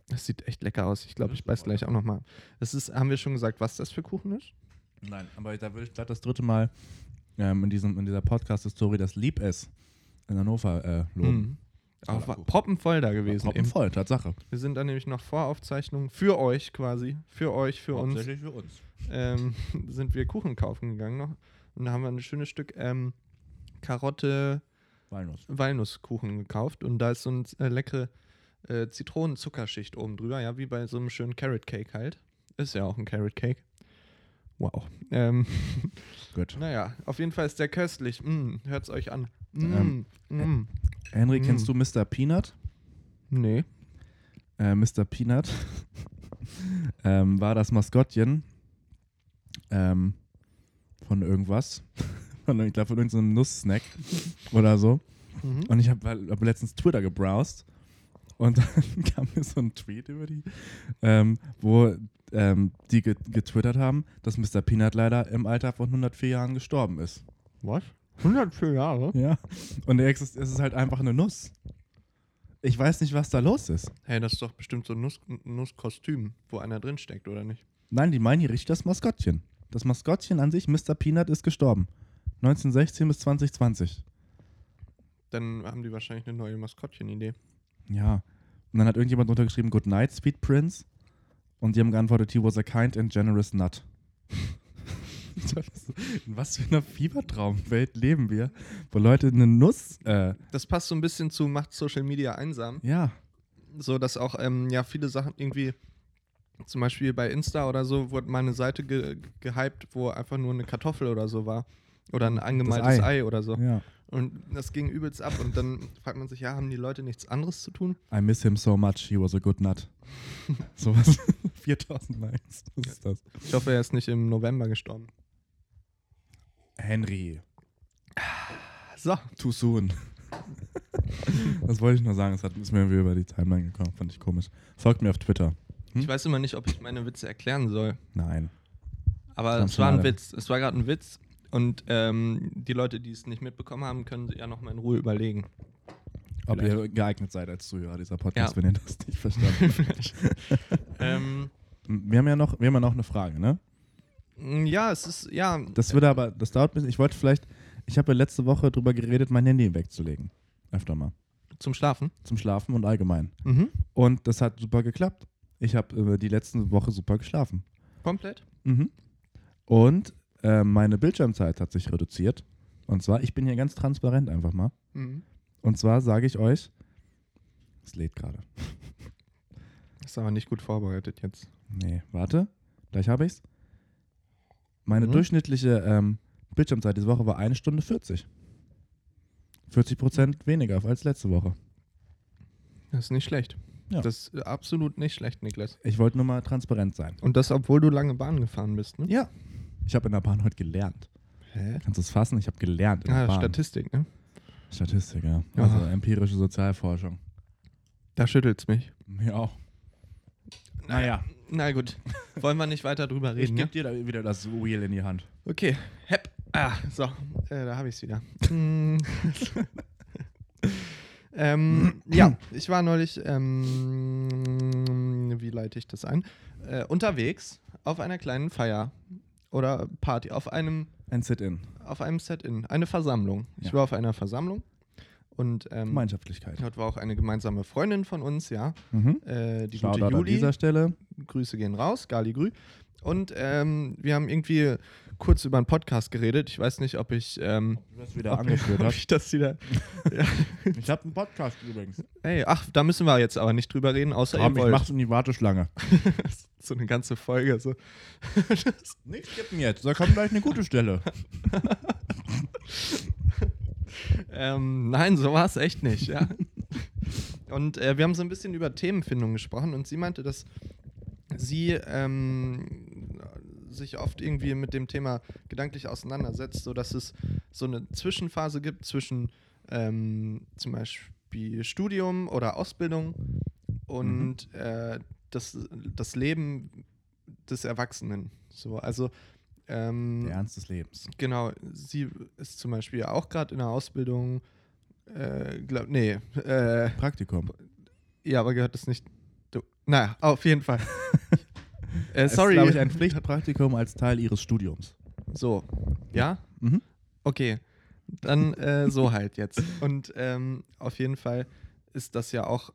[SPEAKER 3] das sieht echt lecker aus. Ich glaube, ich beiß gleich auch nochmal. Das ist, haben wir schon gesagt, was das für Kuchen ist?
[SPEAKER 2] Nein, aber da will ich gerade das dritte Mal ähm, in, diesem, in dieser Podcast-Historie das Lieb es in Hannover äh, loben.
[SPEAKER 3] Mhm.
[SPEAKER 2] Toller
[SPEAKER 3] Auch war
[SPEAKER 2] Kuchen.
[SPEAKER 3] proppenvoll da gewesen.
[SPEAKER 2] Proppen
[SPEAKER 3] Eben.
[SPEAKER 2] voll, Tatsache.
[SPEAKER 3] Wir sind dann nämlich noch Voraufzeichnungen für euch quasi, für euch, für uns.
[SPEAKER 2] für uns.
[SPEAKER 3] Ähm, sind wir Kuchen kaufen gegangen noch. Und da haben wir ein schönes Stück ähm, Karotte
[SPEAKER 2] Walnuss.
[SPEAKER 3] Walnusskuchen gekauft. Und da ist so eine äh, leckere äh, Zitronenzuckerschicht oben drüber, ja, wie bei so einem schönen Carrot Cake halt. Ist ja auch ein Carrot Cake. Wow. Ähm,
[SPEAKER 2] Gut.
[SPEAKER 3] naja, auf jeden Fall ist der köstlich. Mm, hört's euch an. Mm,
[SPEAKER 2] Ähm,
[SPEAKER 3] mm.
[SPEAKER 2] Henry,
[SPEAKER 3] Mm.
[SPEAKER 2] kennst du Mr. Peanut?
[SPEAKER 3] Nee.
[SPEAKER 2] Äh, Mr. Peanut ähm, war das Maskottchen ähm, von irgendwas. Von, ich glaube, von irgendeinem Nuss-Snack oder so.
[SPEAKER 3] Mhm.
[SPEAKER 2] Und ich habe hab letztens Twitter gebrowst und dann kam mir so ein Tweet über die, ähm, wo ähm, die get- getwittert haben, dass Mr. Peanut leider im Alter von 104 Jahren gestorben ist.
[SPEAKER 3] Was? 104 Jahre?
[SPEAKER 2] Ja. Und er exist- es ist halt einfach eine Nuss. Ich weiß nicht, was da los ist.
[SPEAKER 3] Hey, das ist doch bestimmt so ein Nuss Nusskostüm, wo einer drin steckt, oder nicht?
[SPEAKER 2] Nein, die meinen hier richtig das Maskottchen. Das Maskottchen an sich, Mr. Peanut, ist gestorben. 1916 bis 2020.
[SPEAKER 3] Dann haben die wahrscheinlich eine neue Maskottchen-Idee.
[SPEAKER 2] Ja. Und dann hat irgendjemand drunter geschrieben, Good night, Sweet Prince. Und die haben geantwortet, he was a kind and generous nut. Ich dachte so, In was für einer Fiebertraumwelt leben wir, wo Leute eine Nuss, äh,
[SPEAKER 3] Das passt so ein bisschen zu Macht Social Media einsam.
[SPEAKER 2] ja,
[SPEAKER 3] so dass auch ähm, ja viele Sachen irgendwie zum Beispiel bei Insta oder so wurde mal eine Seite ge gehypt, wo einfach nur eine Kartoffel oder so war oder ein angemaltes Ei.
[SPEAKER 2] Ei.
[SPEAKER 3] oder so
[SPEAKER 2] ja.
[SPEAKER 3] und das ging übelst ab und dann fragt man sich ja haben die Leute nichts anderes zu tun
[SPEAKER 2] I miss him so much, he was a good nut. Sowas. 4000 Likes. Was ist das?
[SPEAKER 3] ich hoffe er ist nicht im November gestorben
[SPEAKER 2] Henry.
[SPEAKER 3] so
[SPEAKER 2] Too soon. das wollte ich nur sagen. Es hat ist mir irgendwie über die Timeline gekommen. Fand ich komisch. Folgt mir auf Twitter.
[SPEAKER 3] ich weiß immer nicht ob ich meine Witze erklären soll
[SPEAKER 2] Nein.
[SPEAKER 3] aber
[SPEAKER 2] Ganz
[SPEAKER 3] es war ein
[SPEAKER 2] schade.
[SPEAKER 3] Witz es war gerade ein Witz und ähm, die Leute die es nicht mitbekommen haben können ja noch mal in Ruhe überlegen
[SPEAKER 2] Ob
[SPEAKER 3] Vielleicht.
[SPEAKER 2] ihr geeignet seid als Zuhörer dieser Podcast,
[SPEAKER 3] Ja.
[SPEAKER 2] wenn ihr das nicht verstanden habt.
[SPEAKER 3] ähm,
[SPEAKER 2] Wir haben ja noch, wir haben ja noch eine Frage, ne?
[SPEAKER 3] ja es ist ja
[SPEAKER 2] Das würde aber, das dauert ein bisschen. Ich wollte vielleicht, ich habe ja letzte Woche drüber geredet, mein Handy wegzulegen. Öfter mal.
[SPEAKER 3] zum Schlafen
[SPEAKER 2] Zum Schlafen und allgemein.
[SPEAKER 3] mhm.
[SPEAKER 2] Und das hat super geklappt. Ich habe äh, die letzte Woche super geschlafen.
[SPEAKER 3] komplett
[SPEAKER 2] Mhm. Und äh, meine Bildschirmzeit hat sich reduziert. Und zwar, ich bin hier ganz transparent einfach mal.
[SPEAKER 3] Mhm.
[SPEAKER 2] Und zwar sage ich euch, es lädt gerade.
[SPEAKER 3] Ist aber nicht gut vorbereitet jetzt.
[SPEAKER 2] Nee, warte, gleich habe ich's. Meine
[SPEAKER 3] Mhm.
[SPEAKER 2] durchschnittliche ähm, Bildschirmzeit diese Woche war eine Stunde 40. 40 Prozent weniger als letzte Woche.
[SPEAKER 3] Das ist nicht schlecht.
[SPEAKER 2] Ja.
[SPEAKER 3] Das ist absolut nicht schlecht, Niklas.
[SPEAKER 2] Ich wollte nur mal transparent sein.
[SPEAKER 3] Und das, obwohl du lange Bahn gefahren bist, ne?
[SPEAKER 2] Ja. Ich habe in der Bahn heute gelernt.
[SPEAKER 3] Hä?
[SPEAKER 2] Kannst du es fassen? Ich habe gelernt in der
[SPEAKER 3] Ah,
[SPEAKER 2] Bahn.
[SPEAKER 3] Statistik, ne?
[SPEAKER 2] Statistik, ja. Also
[SPEAKER 3] Ah.
[SPEAKER 2] empirische Sozialforschung.
[SPEAKER 3] Da schüttelt's mich.
[SPEAKER 2] Mir auch. Naja.
[SPEAKER 3] Na gut, wollen wir nicht weiter drüber
[SPEAKER 2] Ich
[SPEAKER 3] reden,
[SPEAKER 2] gebe
[SPEAKER 3] ne?
[SPEAKER 2] dir da wieder das Wheel in die Hand.
[SPEAKER 3] Okay, hepp. Ah, so, äh, da habe ich's wieder. Mm. ähm, ja, ich war neulich, ähm, wie leite ich das ein? Äh, unterwegs auf einer kleinen Feier oder Party, auf einem
[SPEAKER 2] Ein Sit-In.
[SPEAKER 3] auf einem Set-In, eine Versammlung. Ich
[SPEAKER 2] Ja.
[SPEAKER 3] war auf einer Versammlung und ähm,
[SPEAKER 2] Gemeinschaftlichkeit.
[SPEAKER 3] dort war auch eine gemeinsame Freundin von uns, ja,
[SPEAKER 2] Mhm.
[SPEAKER 3] äh, die
[SPEAKER 2] Shoutout
[SPEAKER 3] gute
[SPEAKER 2] an
[SPEAKER 3] Juli.
[SPEAKER 2] dieser Stelle.
[SPEAKER 3] Grüße gehen raus, Gali Grü. Und ähm, wir haben irgendwie kurz über einen Podcast geredet. Ich weiß nicht, ob ich, ähm,
[SPEAKER 2] Du hast wieder
[SPEAKER 3] ob, ich,
[SPEAKER 2] angeführt
[SPEAKER 3] ob
[SPEAKER 2] hast.
[SPEAKER 3] ich das wieder.
[SPEAKER 2] Ich habe einen Podcast übrigens.
[SPEAKER 3] Hey, ach, da müssen wir jetzt aber nicht drüber reden, außer
[SPEAKER 2] Komm,
[SPEAKER 3] ihr
[SPEAKER 2] ich
[SPEAKER 3] wollt.
[SPEAKER 2] mach's in die Warteschlange.
[SPEAKER 3] so eine ganze Folge. So.
[SPEAKER 2] Nicht skippen jetzt, da kommt gleich eine gute Stelle.
[SPEAKER 3] Ähm, nein, so war es echt nicht, ja. Und äh, wir haben so ein bisschen über Themenfindung gesprochen und sie meinte, dass sie ähm, sich oft irgendwie mit dem Thema gedanklich auseinandersetzt, sodass es so eine Zwischenphase gibt zwischen ähm, zum Beispiel Studium oder Ausbildung und äh, das, das Leben des Erwachsenen. So, also ähm,
[SPEAKER 2] Der Ernst des Lebens.
[SPEAKER 3] Genau, sie ist zum Beispiel auch gerade in der Ausbildung. Äh, glaub, nee, äh,
[SPEAKER 2] Praktikum.
[SPEAKER 3] ja, aber gehört das nicht. Du, naja, auf jeden Fall. äh, sorry.
[SPEAKER 2] Das ist, glaube ich, ein Pflichtpraktikum als Teil ihres Studiums.
[SPEAKER 3] so, ja?
[SPEAKER 2] Mhm.
[SPEAKER 3] Okay, dann äh, so halt jetzt. Und ähm, auf jeden Fall ist das ja auch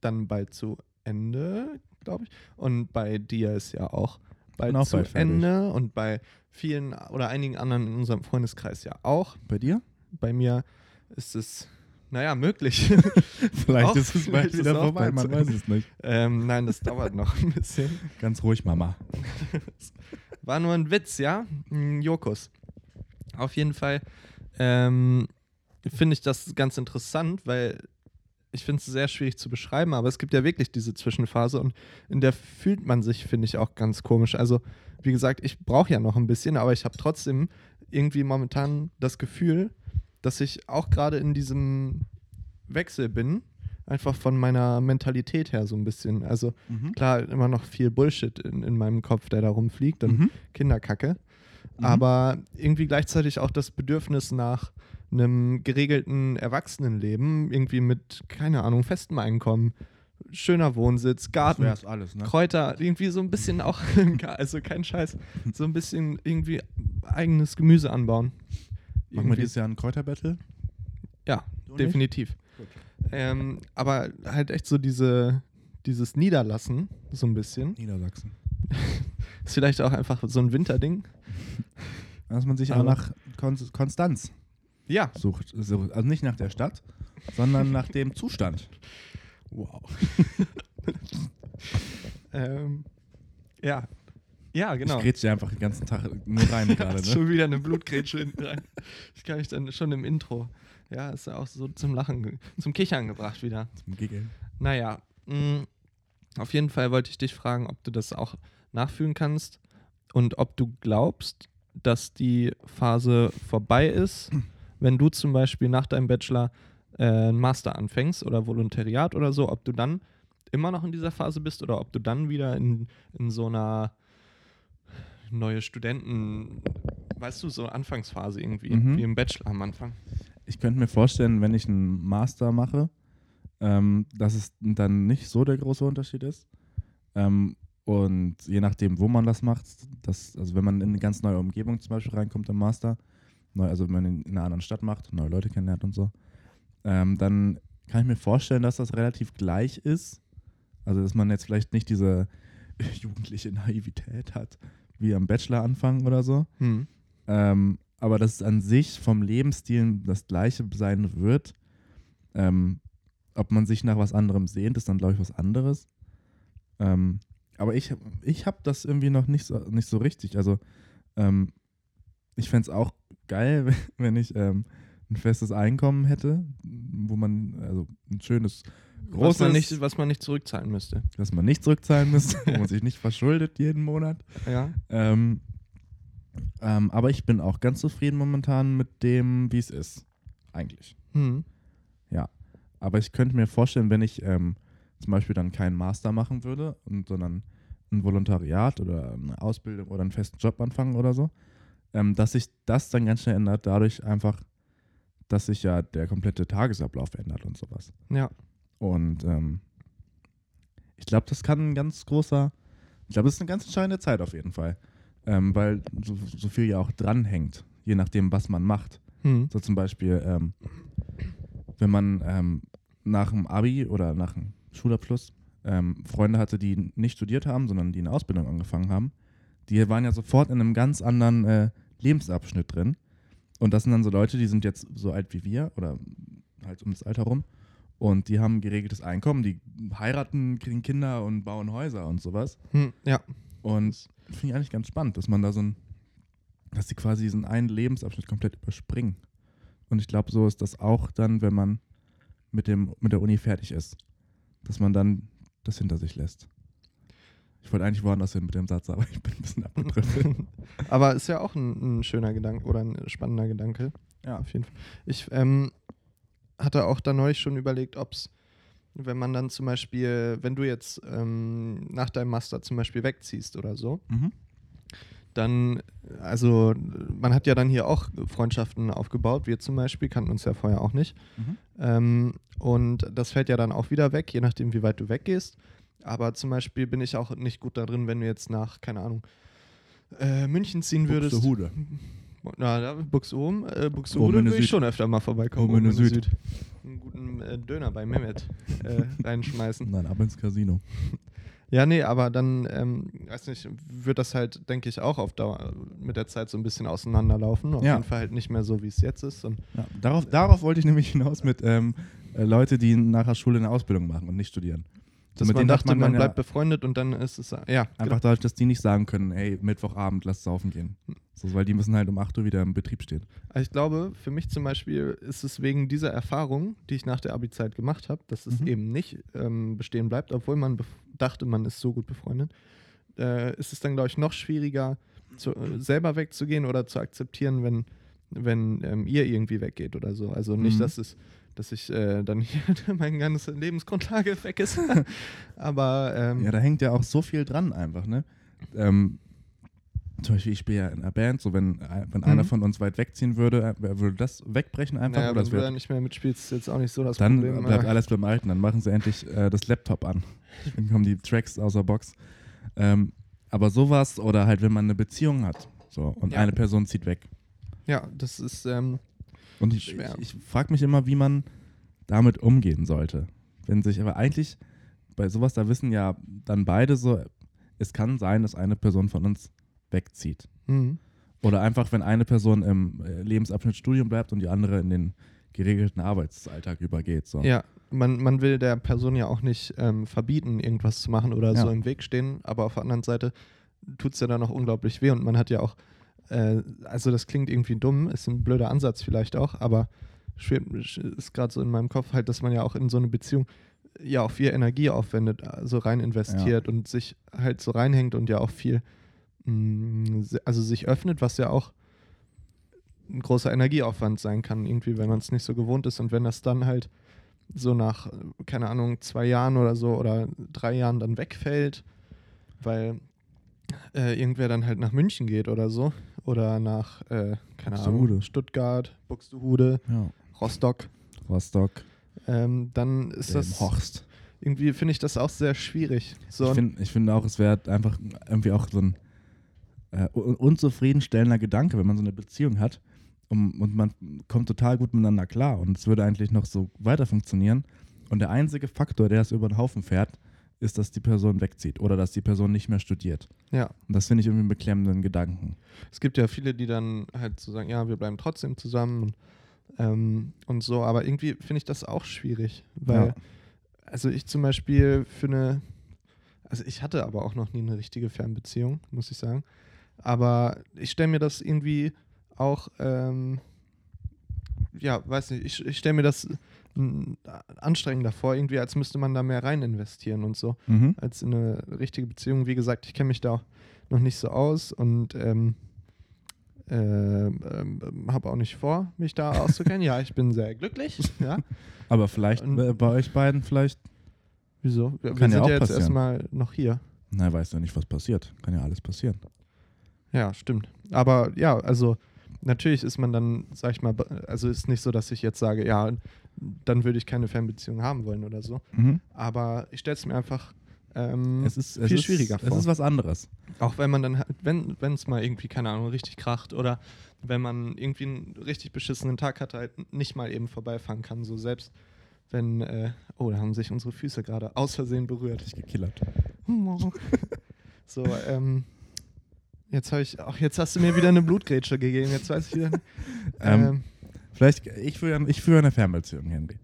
[SPEAKER 3] dann bald zu Ende, glaube ich. Und bei dir ist ja auch bald
[SPEAKER 2] Bin auch
[SPEAKER 3] zu
[SPEAKER 2] bald fertig.
[SPEAKER 3] Ende und bei vielen oder einigen anderen in unserem Freundeskreis ja auch.
[SPEAKER 2] Bei dir?
[SPEAKER 3] bei mir ist es, naja, möglich.
[SPEAKER 2] Vielleicht
[SPEAKER 3] Auch,
[SPEAKER 2] ist es bald
[SPEAKER 3] vielleicht ist
[SPEAKER 2] wieder
[SPEAKER 3] es auch
[SPEAKER 2] vorbei,
[SPEAKER 3] bald
[SPEAKER 2] man
[SPEAKER 3] zu
[SPEAKER 2] weiß
[SPEAKER 3] Ende.
[SPEAKER 2] es nicht.
[SPEAKER 3] ähm, nein, das dauert noch ein bisschen.
[SPEAKER 2] Ganz ruhig, Mama.
[SPEAKER 3] War nur ein Witz, ja? Hm, Jokus. Auf jeden Fall ähm, finde ich das ganz interessant, weil ich finde es sehr schwierig zu beschreiben, aber es gibt ja wirklich diese Zwischenphase und in der fühlt man sich, finde ich, auch ganz komisch. Also, wie gesagt, ich brauche ja noch ein bisschen, aber ich habe trotzdem irgendwie momentan das Gefühl, dass ich auch gerade in diesem Wechsel bin, einfach von meiner Mentalität her so ein bisschen. Also,
[SPEAKER 2] Mhm.
[SPEAKER 3] klar, immer noch viel Bullshit in, in meinem Kopf, der da rumfliegt und
[SPEAKER 2] Mhm.
[SPEAKER 3] Kinderkacke.
[SPEAKER 2] Mhm.
[SPEAKER 3] Aber irgendwie gleichzeitig auch das Bedürfnis nach einem geregelten Erwachsenenleben, irgendwie mit, keine Ahnung, festem Einkommen, schöner Wohnsitz,
[SPEAKER 2] Das
[SPEAKER 3] Garten,
[SPEAKER 2] wär's alles, ne?
[SPEAKER 3] Kräuter, irgendwie so ein bisschen auch, also kein Scheiß, so ein bisschen irgendwie eigenes Gemüse anbauen.
[SPEAKER 2] Machen wir
[SPEAKER 3] Irgendwie-
[SPEAKER 2] dieses Jahr ein Kräuterbattle?
[SPEAKER 3] ja,
[SPEAKER 2] Du nicht?
[SPEAKER 3] definitiv.
[SPEAKER 2] Gut.
[SPEAKER 3] Ähm, aber halt echt so diese, dieses Niederlassen, so ein bisschen.
[SPEAKER 2] Niedersachsen.
[SPEAKER 3] Ist vielleicht auch einfach so ein Winterding.
[SPEAKER 2] Dass man sich auch
[SPEAKER 3] Aber-
[SPEAKER 2] nach Kon Konstanz
[SPEAKER 3] Ja.
[SPEAKER 2] sucht. So- Also nicht nach der Stadt, sondern nach dem Zustand. Wow.
[SPEAKER 3] Ähm, ja. Ja,
[SPEAKER 2] Genau.
[SPEAKER 3] genau.
[SPEAKER 2] Ich grätsche einfach den ganzen Tag nur rein gerade,
[SPEAKER 3] Hast
[SPEAKER 2] ne?
[SPEAKER 3] Schon wieder eine Blutgrätsche hinten rein. Ich kann mich dann schon im Intro. Ja, ist ja auch so zum Lachen, ge- zum Kichern gebracht wieder.
[SPEAKER 2] Zum Giggeln.
[SPEAKER 3] Naja, mh, auf jeden Fall wollte ich dich fragen, ob du das auch nachfühlen kannst und ob du glaubst, dass die Phase vorbei ist, wenn du zum Beispiel nach deinem Bachelor äh, einen Master anfängst oder Volontariat oder so, ob du dann immer noch in dieser Phase bist oder ob du dann wieder in, in so einer neue Studenten, weißt du, so Anfangsphase irgendwie,
[SPEAKER 2] Mhm.
[SPEAKER 3] wie im Bachelor am Anfang.
[SPEAKER 2] Ich könnte mir vorstellen, wenn ich einen Master mache, ähm, dass es dann nicht so der große Unterschied ist. Ähm, und je nachdem, wo man das macht, dass, also wenn man in eine ganz neue Umgebung zum Beispiel reinkommt im Master, neu, also wenn man in, in einer anderen Stadt macht, neue Leute kennenlernt und so, ähm, dann kann ich mir vorstellen, dass das relativ gleich ist. Also dass man jetzt vielleicht nicht diese jugendliche Naivität hat, wie am Bachelor anfangen oder so. Ähm, aber dass es an sich vom Lebensstil das gleiche sein wird, ähm, ob man sich nach was anderem sehnt, ist dann, glaube ich, was anderes. Ähm, aber ich, ich habe das irgendwie noch nicht so, nicht so richtig. Also ähm, ich fände es auch geil, wenn ich ähm, ein festes Einkommen hätte, wo man, also ein schönes,
[SPEAKER 3] Was, man
[SPEAKER 2] großes,
[SPEAKER 3] nicht, was man nicht zurückzahlen müsste.
[SPEAKER 2] dass man nicht zurückzahlen müsste, wo man sich nicht verschuldet jeden Monat.
[SPEAKER 3] Ja.
[SPEAKER 2] Ähm, ähm, aber ich bin auch ganz zufrieden momentan mit dem, wie es ist. Eigentlich.
[SPEAKER 3] Hm.
[SPEAKER 2] Aber ich könnte mir vorstellen, wenn ich ähm, zum Beispiel dann keinen Master machen würde, und, sondern ein Volontariat oder eine Ausbildung oder einen festen Job anfangen oder so, ähm, dass sich das dann ganz schnell ändert, dadurch einfach, dass sich ja der komplette Tagesablauf ändert und sowas.
[SPEAKER 3] Ja.
[SPEAKER 2] Und ähm, ich glaube, das kann ein ganz großer, ich glaube, das ist eine ganz entscheidende Zeit auf jeden Fall, ähm, weil so, so viel ja auch dranhängt, je nachdem, was man macht.
[SPEAKER 3] Hm.
[SPEAKER 2] So zum Beispiel, ähm, wenn man ähm, nach dem Abi oder nach dem Schulabschluss ähm, Freunde hatte, die nicht studiert haben, sondern die eine Ausbildung angefangen haben, Die waren ja sofort in einem ganz anderen äh, Lebensabschnitt drin. Und das sind dann so Leute, die sind jetzt so alt wie wir oder halt ums Alter rum. Und die haben geregeltes Einkommen, die heiraten, kriegen Kinder und bauen Häuser und sowas.
[SPEAKER 3] Hm, ja.
[SPEAKER 2] Und finde ich eigentlich ganz spannend, dass man da so ein, dass die quasi diesen einen Lebensabschnitt komplett überspringen. Und ich glaube, so ist das auch dann, wenn man mit, dem, mit der Uni fertig ist, dass man dann das hinter sich lässt. Ich wollte eigentlich woanders hin mit dem Satz, aber ich bin ein bisschen abgedriftet.
[SPEAKER 3] Aber ist ja auch ein, ein schöner Gedanke oder ein spannender Gedanke.
[SPEAKER 2] Ja.
[SPEAKER 3] auf jeden Fall. Ich ähm, hatte auch da neulich schon überlegt, ob es, wenn man dann zum Beispiel, wenn du jetzt ähm, nach deinem Master zum Beispiel wegziehst oder so,
[SPEAKER 2] Mhm.
[SPEAKER 3] dann, also man hat ja dann hier auch Freundschaften aufgebaut. Wir zum Beispiel kannten uns ja vorher auch nicht.
[SPEAKER 2] Mhm.
[SPEAKER 3] Ähm, und das fällt ja dann auch wieder weg, je nachdem, wie weit du weggehst. Aber zum Beispiel bin ich auch nicht gut darin, wenn du jetzt nach, keine Ahnung, äh, München ziehen würdest.
[SPEAKER 2] Buxtehude.
[SPEAKER 3] Na, da Buxohm, äh,
[SPEAKER 2] Oben
[SPEAKER 3] Buxtehude
[SPEAKER 2] in der
[SPEAKER 3] würde ich
[SPEAKER 2] Süd.
[SPEAKER 3] schon öfter mal vorbeikommen.
[SPEAKER 2] Oben in der
[SPEAKER 3] Oben in der
[SPEAKER 2] Süd.
[SPEAKER 3] Einen guten äh, Döner bei Mehmet äh, reinschmeißen.
[SPEAKER 2] Nein, ab ins Casino.
[SPEAKER 3] Ja, nee, aber dann, ähm, weiß nicht, wird das halt, denke ich, auch auf Dauer mit der Zeit so ein bisschen auseinanderlaufen. Auf
[SPEAKER 2] Ja.
[SPEAKER 3] jeden Fall halt nicht mehr so, wie es jetzt ist. Und
[SPEAKER 2] Ja, darauf, darauf wollte ich nämlich hinaus mit ähm, äh, Leute, die nach der Schule eine Ausbildung machen und nicht studieren.
[SPEAKER 3] dass
[SPEAKER 2] mit
[SPEAKER 3] man
[SPEAKER 2] denen hat
[SPEAKER 3] dachte,
[SPEAKER 2] man
[SPEAKER 3] man,
[SPEAKER 2] ja-
[SPEAKER 3] bleibt befreundet und dann ist es, ja, genau.
[SPEAKER 2] Einfach dadurch, dass die nicht sagen können, hey, Mittwochabend, lass saufen gehen. So, weil die müssen halt um 8 Uhr wieder im Betrieb stehen.
[SPEAKER 3] Also Ich glaube, für mich zum Beispiel ist es wegen dieser Erfahrung, die ich nach der Abi-Zeit gemacht habe, dass es
[SPEAKER 2] Mhm.
[SPEAKER 3] eben nicht ähm, bestehen bleibt, obwohl man bef- dachte, man ist so gut befreundet, äh, ist es dann, glaube ich, noch schwieriger, zu, äh, selber wegzugehen oder zu akzeptieren, wenn, wenn ähm, ihr irgendwie weggeht oder so. Also nicht,
[SPEAKER 2] Mhm.
[SPEAKER 3] dass es dass ich äh, dann hier meine ganze Lebensgrundlage weg ist. Aber ähm,
[SPEAKER 2] Ja, da hängt ja auch so viel dran einfach, ne? Ähm, zum Beispiel, ich spiele ja in einer Band, so wenn, äh, wenn
[SPEAKER 3] Hm.
[SPEAKER 2] einer von uns weit wegziehen würde, äh, wer würde das wegbrechen einfach
[SPEAKER 3] naja,
[SPEAKER 2] oder
[SPEAKER 3] wenn
[SPEAKER 2] es
[SPEAKER 3] du da
[SPEAKER 2] wär,
[SPEAKER 3] nicht mehr mitspielst, ist jetzt auch nicht so das
[SPEAKER 2] dann
[SPEAKER 3] Problem.
[SPEAKER 2] bleibt
[SPEAKER 3] aber-
[SPEAKER 2] alles beim Alten, dann machen sie endlich äh, das Laptop an. Dann kommen die Tracks aus der Box. Ähm, aber sowas oder halt, wenn man eine Beziehung hat so, und
[SPEAKER 3] Ja.
[SPEAKER 2] eine Person zieht weg.
[SPEAKER 3] ja, das ist ähm,
[SPEAKER 2] Und ich,
[SPEAKER 3] Schwer.
[SPEAKER 2] ich, ich frage mich immer, wie man damit umgehen sollte. Wenn sich aber eigentlich bei sowas, da wissen ja dann beide so, es kann sein, dass eine Person von uns wegzieht.
[SPEAKER 3] hm,
[SPEAKER 2] Oder einfach, wenn eine Person im äh, Lebensabschnitt Studium bleibt und die andere in den geregelten Arbeitsalltag übergeht. So.
[SPEAKER 3] Ja, man, man will der Person ja auch nicht ähm, verbieten, irgendwas zu machen oder
[SPEAKER 2] Ja.
[SPEAKER 3] so im Weg stehen, aber auf der anderen Seite tut es ja dann auch unglaublich weh und man hat ja auch, äh, also das klingt irgendwie dumm, ist ein blöder Ansatz vielleicht auch, aber schwebt, ist gerade so in meinem Kopf halt, dass man ja auch in so eine Beziehung äh, ja auch viel Energie aufwendet, also rein investiert und sich halt so reinhängt und ja auch viel, mh, se- also sich öffnet, was ja auch ein großer Energieaufwand sein kann, irgendwie, wenn man es nicht so gewohnt ist und wenn das dann halt so nach, äh, keine Ahnung, zwei Jahren oder so oder drei Jahren dann wegfällt, weil äh, irgendwer dann halt nach München geht oder so oder nach, äh, keine Ahnung,
[SPEAKER 2] Buxtehude.
[SPEAKER 3] Stuttgart, Buxtehude,
[SPEAKER 2] Ja.
[SPEAKER 3] Rostock,
[SPEAKER 2] Rostock,
[SPEAKER 3] ähm, dann ist
[SPEAKER 2] ähm,
[SPEAKER 3] das
[SPEAKER 2] Horst.
[SPEAKER 3] irgendwie finde ich das auch sehr schwierig. So
[SPEAKER 2] ich
[SPEAKER 3] ein-
[SPEAKER 2] finde ich find auch, es wäre einfach irgendwie auch so ein äh, un- unzufriedenstellender Gedanke, wenn man so eine Beziehung hat um, und man kommt total gut miteinander klar und es würde eigentlich noch so weiter funktionieren. Und der einzige Faktor, der das über den Haufen fährt, ist, dass die Person wegzieht oder dass die Person nicht mehr studiert.
[SPEAKER 3] ja,
[SPEAKER 2] Und das finde ich irgendwie einen beklemmenden Gedanken.
[SPEAKER 3] es gibt ja viele, die dann halt so sagen, ja, wir bleiben trotzdem zusammen und, ähm, und so, aber irgendwie finde ich das auch schwierig, weil
[SPEAKER 2] Ja.
[SPEAKER 3] also ich zum Beispiel für eine, also ich hatte aber auch noch nie eine richtige Fernbeziehung, muss ich sagen, aber ich stelle mir das irgendwie auch, ähm, ja, weiß nicht, ich, ich stelle mir das mh, anstrengender vor, irgendwie, als müsste man da mehr rein investieren und so.
[SPEAKER 2] Mhm.
[SPEAKER 3] als in eine richtige Beziehung. Wie gesagt, ich kenne mich da noch nicht so aus und ähm, ähm, ähm, habe auch nicht vor, mich da auszukennen. ja, ich bin sehr glücklich. Ja.
[SPEAKER 2] Aber vielleicht
[SPEAKER 3] Und-
[SPEAKER 2] äh, bei euch beiden, vielleicht,
[SPEAKER 3] Wieso? Wir, wir
[SPEAKER 2] Kann
[SPEAKER 3] sind
[SPEAKER 2] ja
[SPEAKER 3] ja,
[SPEAKER 2] auch
[SPEAKER 3] jetzt
[SPEAKER 2] passieren.
[SPEAKER 3] erstmal noch hier.
[SPEAKER 2] na, weiß ja nicht, was passiert. Kann ja alles passieren.
[SPEAKER 3] Ja, stimmt. Aber ja, also natürlich ist man dann, sag ich mal, be- also ist nicht so, dass ich jetzt sage, ja, dann würde ich keine Fernbeziehung haben wollen oder so.
[SPEAKER 2] Mhm.
[SPEAKER 3] Aber ich stelle es mir einfach ähm,
[SPEAKER 2] Es ist, es
[SPEAKER 3] viel
[SPEAKER 2] ist,
[SPEAKER 3] schwieriger vor.
[SPEAKER 2] Es ist was anderes.
[SPEAKER 3] Auch wenn man dann, halt- wenn es mal irgendwie, keine Ahnung, richtig kracht oder wenn man irgendwie einen richtig beschissenen Tag hat, halt nicht mal eben vorbeifahren kann, so selbst wenn, äh, oh, da haben sich unsere Füße gerade aus Versehen berührt.
[SPEAKER 2] Dich gekillert.
[SPEAKER 3] So, ähm, Jetzt habe ich, ach, jetzt hast du mir wieder eine Blutgrätsche gegeben. Jetzt weiß ich wieder. nicht.
[SPEAKER 2] Ähm,
[SPEAKER 3] Ähm,
[SPEAKER 2] Vielleicht, ich führe, ich führe eine Fernbeziehung, Henry.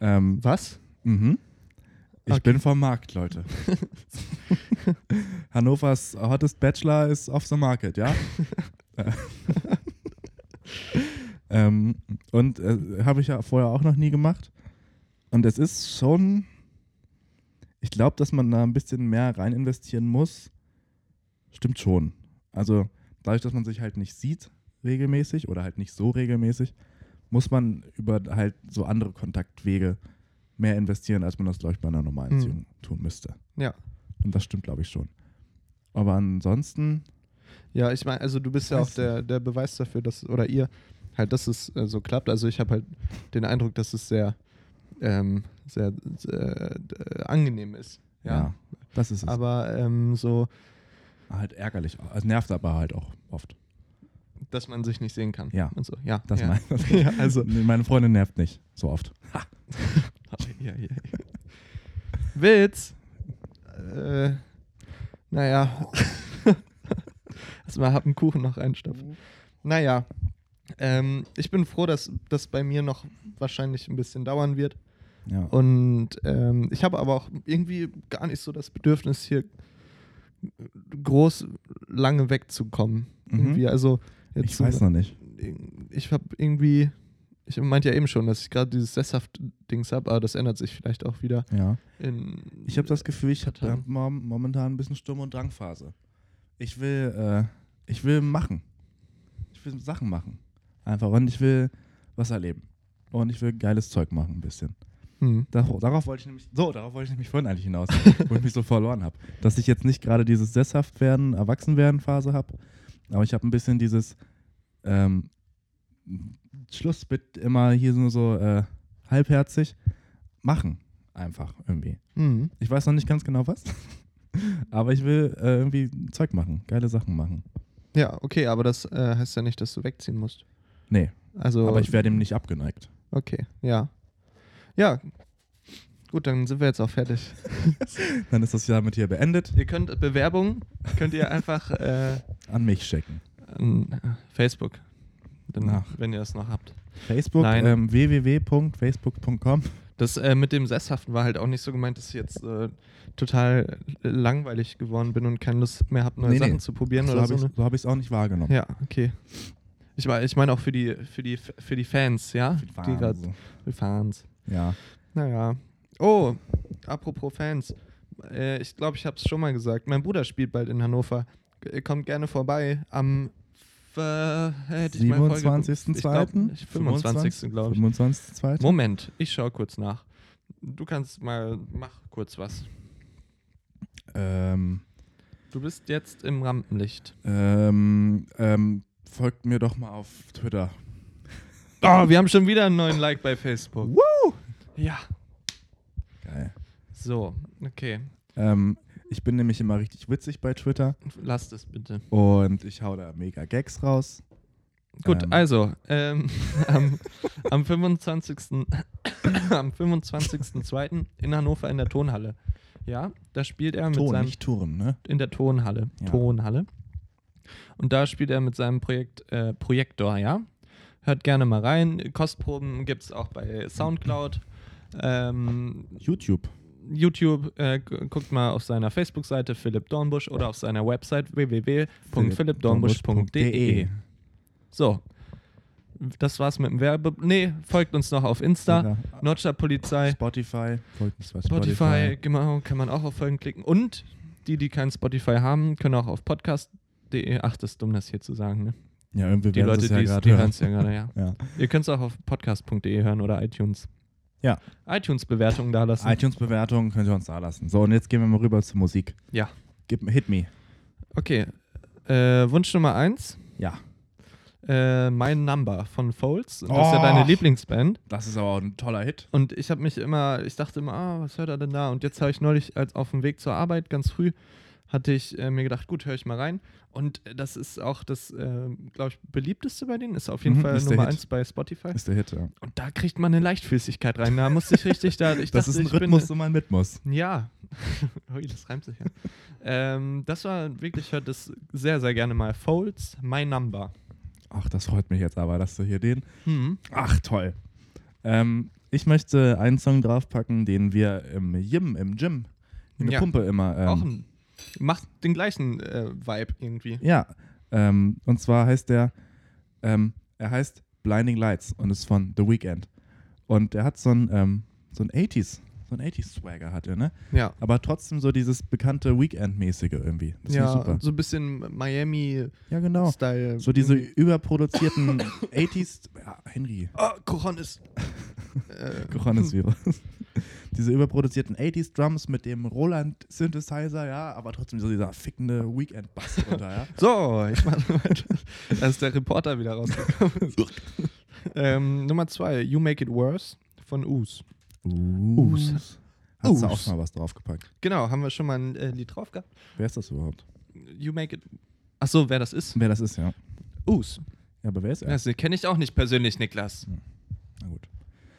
[SPEAKER 2] Ähm,
[SPEAKER 3] was?
[SPEAKER 2] mhm. Ich
[SPEAKER 3] Okay.
[SPEAKER 2] bin vom Markt, Leute. Hannovers hottest Bachelor ist off the market, ja? Äh, ähm, und äh, habe ich ja vorher auch noch nie gemacht. Und es ist schon, ich glaube, dass man da ein bisschen mehr rein investieren muss. Stimmt schon. Also dadurch, dass man sich halt nicht sieht regelmäßig oder halt nicht so regelmäßig, muss man über halt so andere Kontaktwege mehr investieren, als man das, glaube ich, bei einer normalen
[SPEAKER 3] Hm.
[SPEAKER 2] Beziehung tun müsste.
[SPEAKER 3] Ja.
[SPEAKER 2] Und das stimmt, glaube ich, schon. Aber ansonsten,
[SPEAKER 3] Ja, ich meine, also du bist ja auch
[SPEAKER 2] Weiß
[SPEAKER 3] der, der Beweis dafür, dass, oder ihr, halt, dass es äh, so klappt. Also ich habe halt den Eindruck, dass es sehr, ähm, sehr, äh, d- äh, angenehm ist.
[SPEAKER 2] ja, das ist es.
[SPEAKER 3] Aber ähm, so,
[SPEAKER 2] halt ärgerlich. Es nervt aber halt auch oft.
[SPEAKER 3] dass man sich nicht sehen kann.
[SPEAKER 2] Ja.
[SPEAKER 3] Und so. Ja.
[SPEAKER 2] Das
[SPEAKER 3] ja.
[SPEAKER 2] mein,
[SPEAKER 3] Ja, also.
[SPEAKER 2] Nee, meine Freundin nervt nicht so oft.
[SPEAKER 3] ja, ja, ja. Witz. Äh, naja. Erstmal hab einen Kuchen noch reinstopfen. Naja. Ähm, ich bin froh, dass das bei mir noch wahrscheinlich ein bisschen dauern wird.
[SPEAKER 2] Ja.
[SPEAKER 3] Und ähm, ich habe aber auch irgendwie gar nicht so das Bedürfnis, hier groß lange wegzukommen.
[SPEAKER 2] Mhm.
[SPEAKER 3] Irgendwie. Also jetzt
[SPEAKER 2] ich weiß noch nicht.
[SPEAKER 3] ich habe irgendwie, ich meinte ja eben schon, dass ich gerade dieses Sesshaft-Dings habe, aber das ändert sich vielleicht auch wieder.
[SPEAKER 2] Ja.
[SPEAKER 3] In,
[SPEAKER 2] Ich habe das Gefühl, ich
[SPEAKER 3] Total.
[SPEAKER 2] habe momentan ein bisschen Sturm- und Drangphase. Ich will, äh, ich will machen. Ich will Sachen machen. Einfach. Und ich will was erleben. Und ich will geiles Zeug machen ein bisschen.
[SPEAKER 3] Hm.
[SPEAKER 2] Darauf, darauf wollte ich nämlich, so, darauf wollte ich nämlich vorhin eigentlich hinaus, wo ich mich so verloren habe. Dass ich jetzt nicht gerade dieses sesshaft werden, erwachsen werden Phase habe, aber ich habe ein bisschen dieses ähm, Schlussbit immer hier nur so äh, halbherzig machen einfach irgendwie.
[SPEAKER 3] Hm.
[SPEAKER 2] Ich weiß noch nicht ganz genau was, aber ich will äh, irgendwie Zeug machen, geile Sachen machen.
[SPEAKER 3] Ja, okay, aber das äh, heißt ja nicht, dass du wegziehen musst.
[SPEAKER 2] Nee,
[SPEAKER 3] Also,
[SPEAKER 2] aber ich werde dem nicht abgeneigt.
[SPEAKER 3] okay, ja. Ja, gut, dann sind wir jetzt auch fertig.
[SPEAKER 2] Dann ist das Jahr mit hier beendet.
[SPEAKER 3] Ihr könnt Bewerbung, könnt ihr einfach äh,
[SPEAKER 2] An mich schicken.
[SPEAKER 3] an Facebook, dann,
[SPEAKER 2] Ach.
[SPEAKER 3] wenn ihr das noch habt.
[SPEAKER 2] Facebook,
[SPEAKER 3] Nein.
[SPEAKER 2] ähm, www.facebook.com.
[SPEAKER 3] Das äh, mit dem Sesshaften war halt auch nicht so gemeint, dass ich jetzt äh, total langweilig geworden bin und keine Lust mehr habe, neue
[SPEAKER 2] Nee, nee.
[SPEAKER 3] Sachen zu probieren
[SPEAKER 2] So
[SPEAKER 3] oder
[SPEAKER 2] habe
[SPEAKER 3] so.
[SPEAKER 2] ich
[SPEAKER 3] ne?
[SPEAKER 2] es auch nicht wahrgenommen.
[SPEAKER 3] Ja, okay. Ich, mein- ich meine auch für die, für, die, für die Fans, ja?
[SPEAKER 2] Mit
[SPEAKER 3] Die
[SPEAKER 2] Wahnsinn.
[SPEAKER 3] grad, für Fans.
[SPEAKER 2] Also, ja.
[SPEAKER 3] Naja. Oh, apropos Fans. Äh, ich glaube, ich habe es schon mal gesagt. Mein Bruder spielt bald in Hannover. G- Kommt gerne vorbei am äh, hätte ich mal Folge-
[SPEAKER 2] 27.2.
[SPEAKER 3] Ich glaub, 25. glaube ich.
[SPEAKER 2] 25.2.
[SPEAKER 3] Moment, ich schaue kurz nach. Du kannst mal, mach kurz was.
[SPEAKER 2] Ähm,
[SPEAKER 3] Du bist jetzt im Rampenlicht.
[SPEAKER 2] ähm, ähm, folgt mir doch mal auf Twitter. Ah.
[SPEAKER 3] Oh, wir haben schon wieder einen neuen Like bei Facebook. Woo! Ja,
[SPEAKER 2] Geil.
[SPEAKER 3] so, okay.
[SPEAKER 2] Ähm, ich bin nämlich immer richtig witzig bei Twitter
[SPEAKER 3] Lasst es bitte.
[SPEAKER 2] und ich hau da mega Gags raus.
[SPEAKER 3] Gut,
[SPEAKER 2] Ähm.
[SPEAKER 3] also, ähm, am, am 25. am 25.02. in Hannover in der Tonhalle. Ja, da spielt er mit
[SPEAKER 2] Ton,
[SPEAKER 3] seinem
[SPEAKER 2] nicht Touren, ne?
[SPEAKER 3] in der Tonhalle.
[SPEAKER 2] Ja.
[SPEAKER 3] Tonhalle. Und da spielt er mit seinem Projekt äh, Projektor, ja. Hört gerne mal rein. Kostproben gibt es auch bei Soundcloud. Ähm,
[SPEAKER 2] YouTube.
[SPEAKER 3] YouTube, äh, gu- guckt mal auf seiner Facebook-Seite Philipp Dornbusch oder auf seiner Website
[SPEAKER 2] E.
[SPEAKER 3] www.philippdornbusch.de. So, das war's mit dem Werbe. Nee, folgt uns noch auf Insta.
[SPEAKER 2] Twitter,
[SPEAKER 3] Notcher Polizei.
[SPEAKER 2] Spotify. Folgt uns bei
[SPEAKER 3] Spotify, genau, kann man auch auf Folgen klicken. Und die, die kein Spotify haben, können auch auf podcast.de. Ach, das ist dumm, das hier zu sagen. Ne?
[SPEAKER 2] Ja, irgendwie
[SPEAKER 3] Die
[SPEAKER 2] werden
[SPEAKER 3] Leute,
[SPEAKER 2] sie es ja
[SPEAKER 3] die
[SPEAKER 2] gerade hören.
[SPEAKER 3] hören es ja gerade, ja.
[SPEAKER 2] Ja.
[SPEAKER 3] Ihr könnt es auch auf podcast.de hören oder iTunes.
[SPEAKER 2] Ja.
[SPEAKER 3] iTunes-Bewertungen da lassen.
[SPEAKER 2] iTunes-Bewertungen könnt ihr uns da lassen. So, und jetzt gehen wir mal rüber zur Musik.
[SPEAKER 3] Ja.
[SPEAKER 2] Gib, hit me.
[SPEAKER 3] Okay. Äh, Wunsch Nummer eins.
[SPEAKER 2] Ja.
[SPEAKER 3] Äh, mein Number von Folds. Das ist
[SPEAKER 2] Oh.
[SPEAKER 3] ja deine Lieblingsband.
[SPEAKER 2] Das ist aber auch ein toller Hit.
[SPEAKER 3] Und ich habe mich immer, ich dachte immer, ah, was hört er denn da? Und jetzt habe ich neulich als auf dem Weg zur Arbeit ganz früh hatte ich äh, mir gedacht, gut, höre ich mal rein. Und äh, das ist auch das, äh, glaube ich, beliebteste bei denen. Ist auf jeden
[SPEAKER 2] Mhm,
[SPEAKER 3] Fall
[SPEAKER 2] ist der
[SPEAKER 3] Nummer
[SPEAKER 2] Hit.
[SPEAKER 3] 1 bei Spotify.
[SPEAKER 2] Ist der Hit, ja.
[SPEAKER 3] Und da kriegt man eine Leichtfüßigkeit rein. Da musste ich richtig da. Ich
[SPEAKER 2] Das
[SPEAKER 3] dachte,
[SPEAKER 2] ist ein
[SPEAKER 3] ich bin-
[SPEAKER 2] Rhythmus, den man mit muss.
[SPEAKER 3] Ja, Ui, das reimt sich ja. ähm, das war wirklich, ich hör das sehr, sehr gerne mal. Folds, My Number.
[SPEAKER 2] Ach, das freut mich jetzt aber, dass du hier den.
[SPEAKER 3] Hm.
[SPEAKER 2] Ach, toll. Ähm, ich möchte einen Song draufpacken, den wir im Gym, im Gym, in der
[SPEAKER 3] Ja.
[SPEAKER 2] Pumpe immer. Ähm,
[SPEAKER 3] Auch ein, macht den gleichen äh, Vibe irgendwie.
[SPEAKER 2] Ja, ähm, und zwar heißt der, ähm, er heißt Blinding Lights und ist von The Weeknd. Und er hat so ein, ähm, so ein 80s, so ein 80s Swagger hat er, ne?
[SPEAKER 3] Ja.
[SPEAKER 2] Aber trotzdem so dieses bekannte Weekend-mäßige irgendwie. Das
[SPEAKER 3] ja,
[SPEAKER 2] ist super.
[SPEAKER 3] so ein bisschen Miami-Style.
[SPEAKER 2] Ja, genau. So diese überproduzierten 80s, ja, Henry,
[SPEAKER 3] Oh, Koron ist. äh,
[SPEAKER 2] Coronavirus. diese überproduzierten 80s Drums mit dem Roland Synthesizer, ja, aber trotzdem so dieser fickende Weekend-Bass drunter, ja.
[SPEAKER 3] So, ich mache weiter. Da ist der Reporter wieder rausgekommen. ähm, Nummer zwei, You Make It Worse von Us.
[SPEAKER 2] Us. Hast du auch
[SPEAKER 3] Us.
[SPEAKER 2] mal was draufgepackt?
[SPEAKER 3] Genau, haben wir schon mal ein äh, Lied drauf gehabt.
[SPEAKER 2] Wer ist das überhaupt?
[SPEAKER 3] You Make It. Achso, wer das ist?
[SPEAKER 2] Wer das ist, ja.
[SPEAKER 3] Us.
[SPEAKER 2] Ja, aber wer ist er?
[SPEAKER 3] Das kenne ich auch nicht persönlich, Niklas.
[SPEAKER 2] Na gut.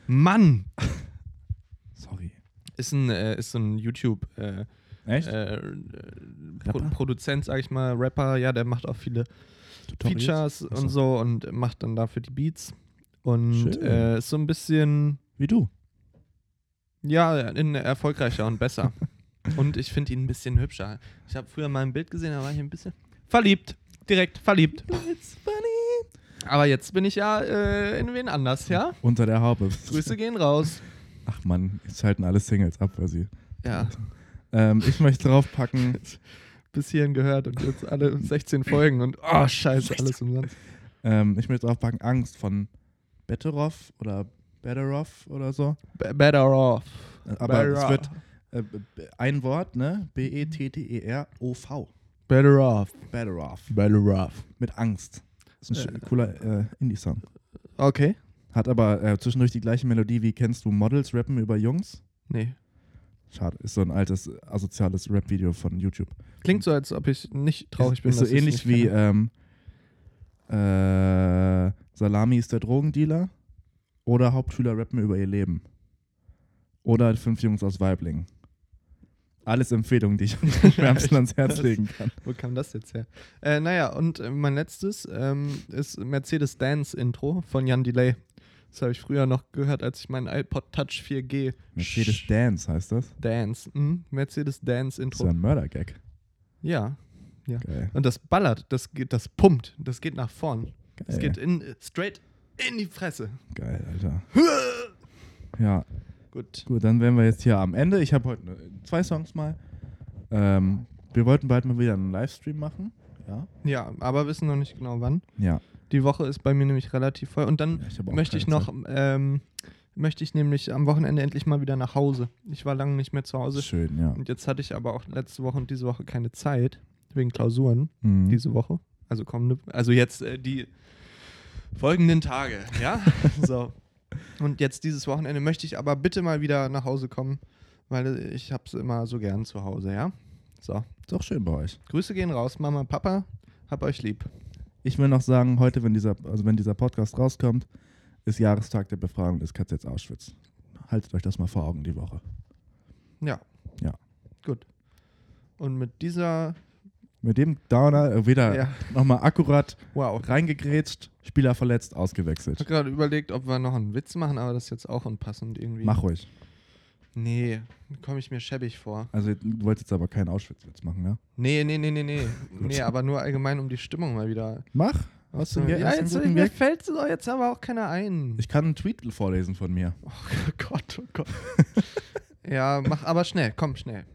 [SPEAKER 3] Mann!
[SPEAKER 2] Sorry.
[SPEAKER 3] Ist ein, äh, ist so ein YouTube äh,
[SPEAKER 2] Echt?
[SPEAKER 3] äh, Pro
[SPEAKER 2] Rapper?
[SPEAKER 3] Produzent, sag ich mal, Rapper, ja, der macht auch viele
[SPEAKER 2] Tutorials?
[SPEAKER 3] Features und
[SPEAKER 2] Achso.
[SPEAKER 3] so und macht dann dafür die Beats. Und
[SPEAKER 2] Schön.
[SPEAKER 3] äh, ist so ein bisschen,
[SPEAKER 2] Wie du.
[SPEAKER 3] ja, in, erfolgreicher und besser. und ich finde ihn ein bisschen hübscher. Ich habe früher mal ein Bild gesehen, da war ich ein bisschen verliebt. Direkt verliebt. Aber jetzt bin ich ja äh, in wen anders, ja?
[SPEAKER 2] Unter der Haube.
[SPEAKER 3] Grüße gehen raus.
[SPEAKER 2] Ach man, jetzt schalten alle Singles ab, weil sie.
[SPEAKER 3] Ja.
[SPEAKER 2] Ähm, ich möchte draufpacken.
[SPEAKER 3] bis hierhin gehört und jetzt alle 16 Folgen und oh, scheiße, alles umsonst.
[SPEAKER 2] Ähm, ich möchte draufpacken Angst von Betteroff oder Betteroff oder so.
[SPEAKER 3] B better off.
[SPEAKER 2] Aber
[SPEAKER 3] better
[SPEAKER 2] es
[SPEAKER 3] off.
[SPEAKER 2] wird äh, b- b- ein Wort, ne? B-E-T-T-E-R-O-V.
[SPEAKER 3] better off.
[SPEAKER 2] Betteroff.
[SPEAKER 3] Better off.
[SPEAKER 2] Mit Angst. Ist ein
[SPEAKER 3] Äh.
[SPEAKER 2] schö- cooler äh, Indie-Song.
[SPEAKER 3] Okay.
[SPEAKER 2] Hat aber äh, zwischendurch die gleiche Melodie wie kennst du Models rappen über Jungs?
[SPEAKER 3] Nee.
[SPEAKER 2] Schade, ist so ein altes äh, asoziales Rap-Video von YouTube.
[SPEAKER 3] Klingt so, als ob ich nicht traurig
[SPEAKER 2] ist,
[SPEAKER 3] bin.
[SPEAKER 2] Ist so
[SPEAKER 3] dass ich's
[SPEAKER 2] ähnlich
[SPEAKER 3] nicht
[SPEAKER 2] wie
[SPEAKER 3] kenne.
[SPEAKER 2] ähm, äh, Salami ist der Drogendealer oder Hauptschüler rappen über ihr Leben. Oder fünf Jungs aus Weiblingen. Alles Empfehlungen, die ich wärmsten ans Herz
[SPEAKER 3] Das-
[SPEAKER 2] legen kann.
[SPEAKER 3] Wo kam das jetzt her? Äh, naja, und äh, mein letztes ähm, ist Mercedes Dance Intro von Jan Delay. Das habe ich früher noch gehört, als ich meinen iPod Touch 4G
[SPEAKER 2] Mercedes
[SPEAKER 3] Sch-
[SPEAKER 2] Dance heißt das.
[SPEAKER 3] Dance. Mhm. Mercedes Dance
[SPEAKER 2] Das ist ja
[SPEAKER 3] Intro.
[SPEAKER 2] ein Mördergag.
[SPEAKER 3] Ja.
[SPEAKER 2] Geil.
[SPEAKER 3] Und das ballert, das geht, das pumpt, das geht nach vorn. Es
[SPEAKER 2] Geil.
[SPEAKER 3] geht in, straight in die Fresse.
[SPEAKER 2] Geil, Alter. Ja,
[SPEAKER 3] Gut.
[SPEAKER 2] Gut, dann wären wir jetzt hier am Ende. Ich habe heute ne- zwei Songs mal. Ähm, wir wollten bald mal wieder einen Livestream machen. Ja.
[SPEAKER 3] Ja, aber wissen noch nicht genau wann.
[SPEAKER 2] Ja.
[SPEAKER 3] Die Woche ist bei mir nämlich relativ voll. Und dann
[SPEAKER 2] Ja, ich hab auch
[SPEAKER 3] möchte ich
[SPEAKER 2] keine
[SPEAKER 3] noch, ähm, möchte ich nämlich am Wochenende endlich mal wieder nach Hause. Ich war lange nicht mehr zu Hause.
[SPEAKER 2] Schön, ja.
[SPEAKER 3] Und jetzt hatte ich aber auch letzte Woche und diese Woche keine Zeit, wegen Klausuren
[SPEAKER 2] Mhm.
[SPEAKER 3] diese Woche. Also kommende, also jetzt äh, die folgenden Tage, ja? so. Und jetzt dieses Wochenende möchte ich aber bitte mal wieder nach Hause kommen, weil ich hab's immer so gern zu Hause, ja? So.
[SPEAKER 2] Ist auch schön bei euch.
[SPEAKER 3] Grüße gehen raus, Mama, Papa, hab euch lieb.
[SPEAKER 2] Ich will noch sagen, heute, wenn dieser, also wenn dieser Podcast rauskommt, ist Jahrestag der Befragung des KZ Auschwitz. Haltet euch das mal vor Augen die Woche.
[SPEAKER 3] Ja.
[SPEAKER 2] Ja.
[SPEAKER 3] Gut. Und mit dieser,
[SPEAKER 2] Mit dem Downer äh, wieder
[SPEAKER 3] Ja.
[SPEAKER 2] nochmal akkurat
[SPEAKER 3] wow,
[SPEAKER 2] reingegrätscht, Spieler verletzt, ausgewechselt.
[SPEAKER 3] ich habe gerade überlegt, ob wir noch einen Witz machen, aber das ist jetzt auch unpassend irgendwie.
[SPEAKER 2] Mach ruhig.
[SPEAKER 3] Nee, komme ich mir schäbig vor.
[SPEAKER 2] Also du wolltest jetzt aber keinen Auschwitz-Witz machen, ne?
[SPEAKER 3] Nee, nee, nee, nee, nee. nee, aber nur allgemein, um die Stimmung mal wieder
[SPEAKER 2] Mach. Aus dem Ge-
[SPEAKER 3] ja,
[SPEAKER 2] aus dem
[SPEAKER 3] jetzt, äh,
[SPEAKER 2] guten
[SPEAKER 3] mir
[SPEAKER 2] Weg.
[SPEAKER 3] fällt so jetzt aber auch keiner ein.
[SPEAKER 2] Ich kann einen Tweet vorlesen von mir.
[SPEAKER 3] oh Gott, oh Gott. ja, mach aber schnell, komm schnell.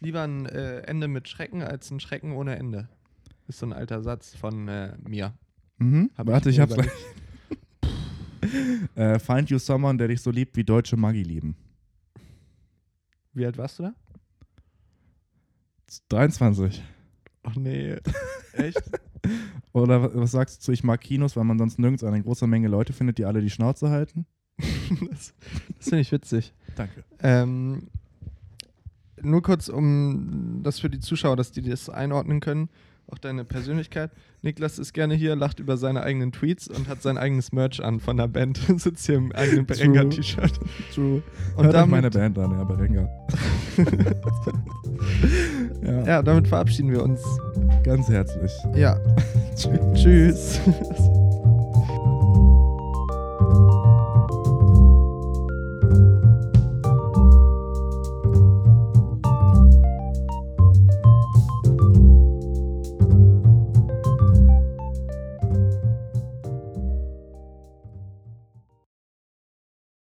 [SPEAKER 3] Lieber ein äh, Ende mit Schrecken als ein Schrecken ohne Ende. Ist so ein alter Satz von äh, mir.
[SPEAKER 2] Mhm.
[SPEAKER 3] Hab
[SPEAKER 2] Warte,
[SPEAKER 3] ich
[SPEAKER 2] ich,
[SPEAKER 3] mir
[SPEAKER 2] hab's gleich. äh, find you someone, der dich so liebt, wie deutsche Maggi lieben.
[SPEAKER 3] Wie alt warst du da?
[SPEAKER 2] 23.
[SPEAKER 3] Ach Oh, nee. Echt?
[SPEAKER 2] Oder wa- was sagst du zu Ich mag Kinos, weil man sonst nirgends eine große Menge Leute findet, die alle die Schnauze halten?
[SPEAKER 3] das das finde ich witzig.
[SPEAKER 2] Danke.
[SPEAKER 3] Ähm, nur kurz, um das für die Zuschauer, dass die das einordnen können, auch deine Persönlichkeit. Niklas ist gerne hier, lacht über seine eigenen Tweets und hat sein eigenes Merch an von der Band, sitzt hier im eigenen
[SPEAKER 2] True.
[SPEAKER 3] Berenga-T-Shirt.
[SPEAKER 2] True.
[SPEAKER 3] Und
[SPEAKER 2] Und Hört euch
[SPEAKER 3] damit-
[SPEAKER 2] meine Band an, ja, Berenga. ja,
[SPEAKER 3] Ja, damit verabschieden wir uns.
[SPEAKER 2] ganz herzlich.
[SPEAKER 3] Ja. Tschüss.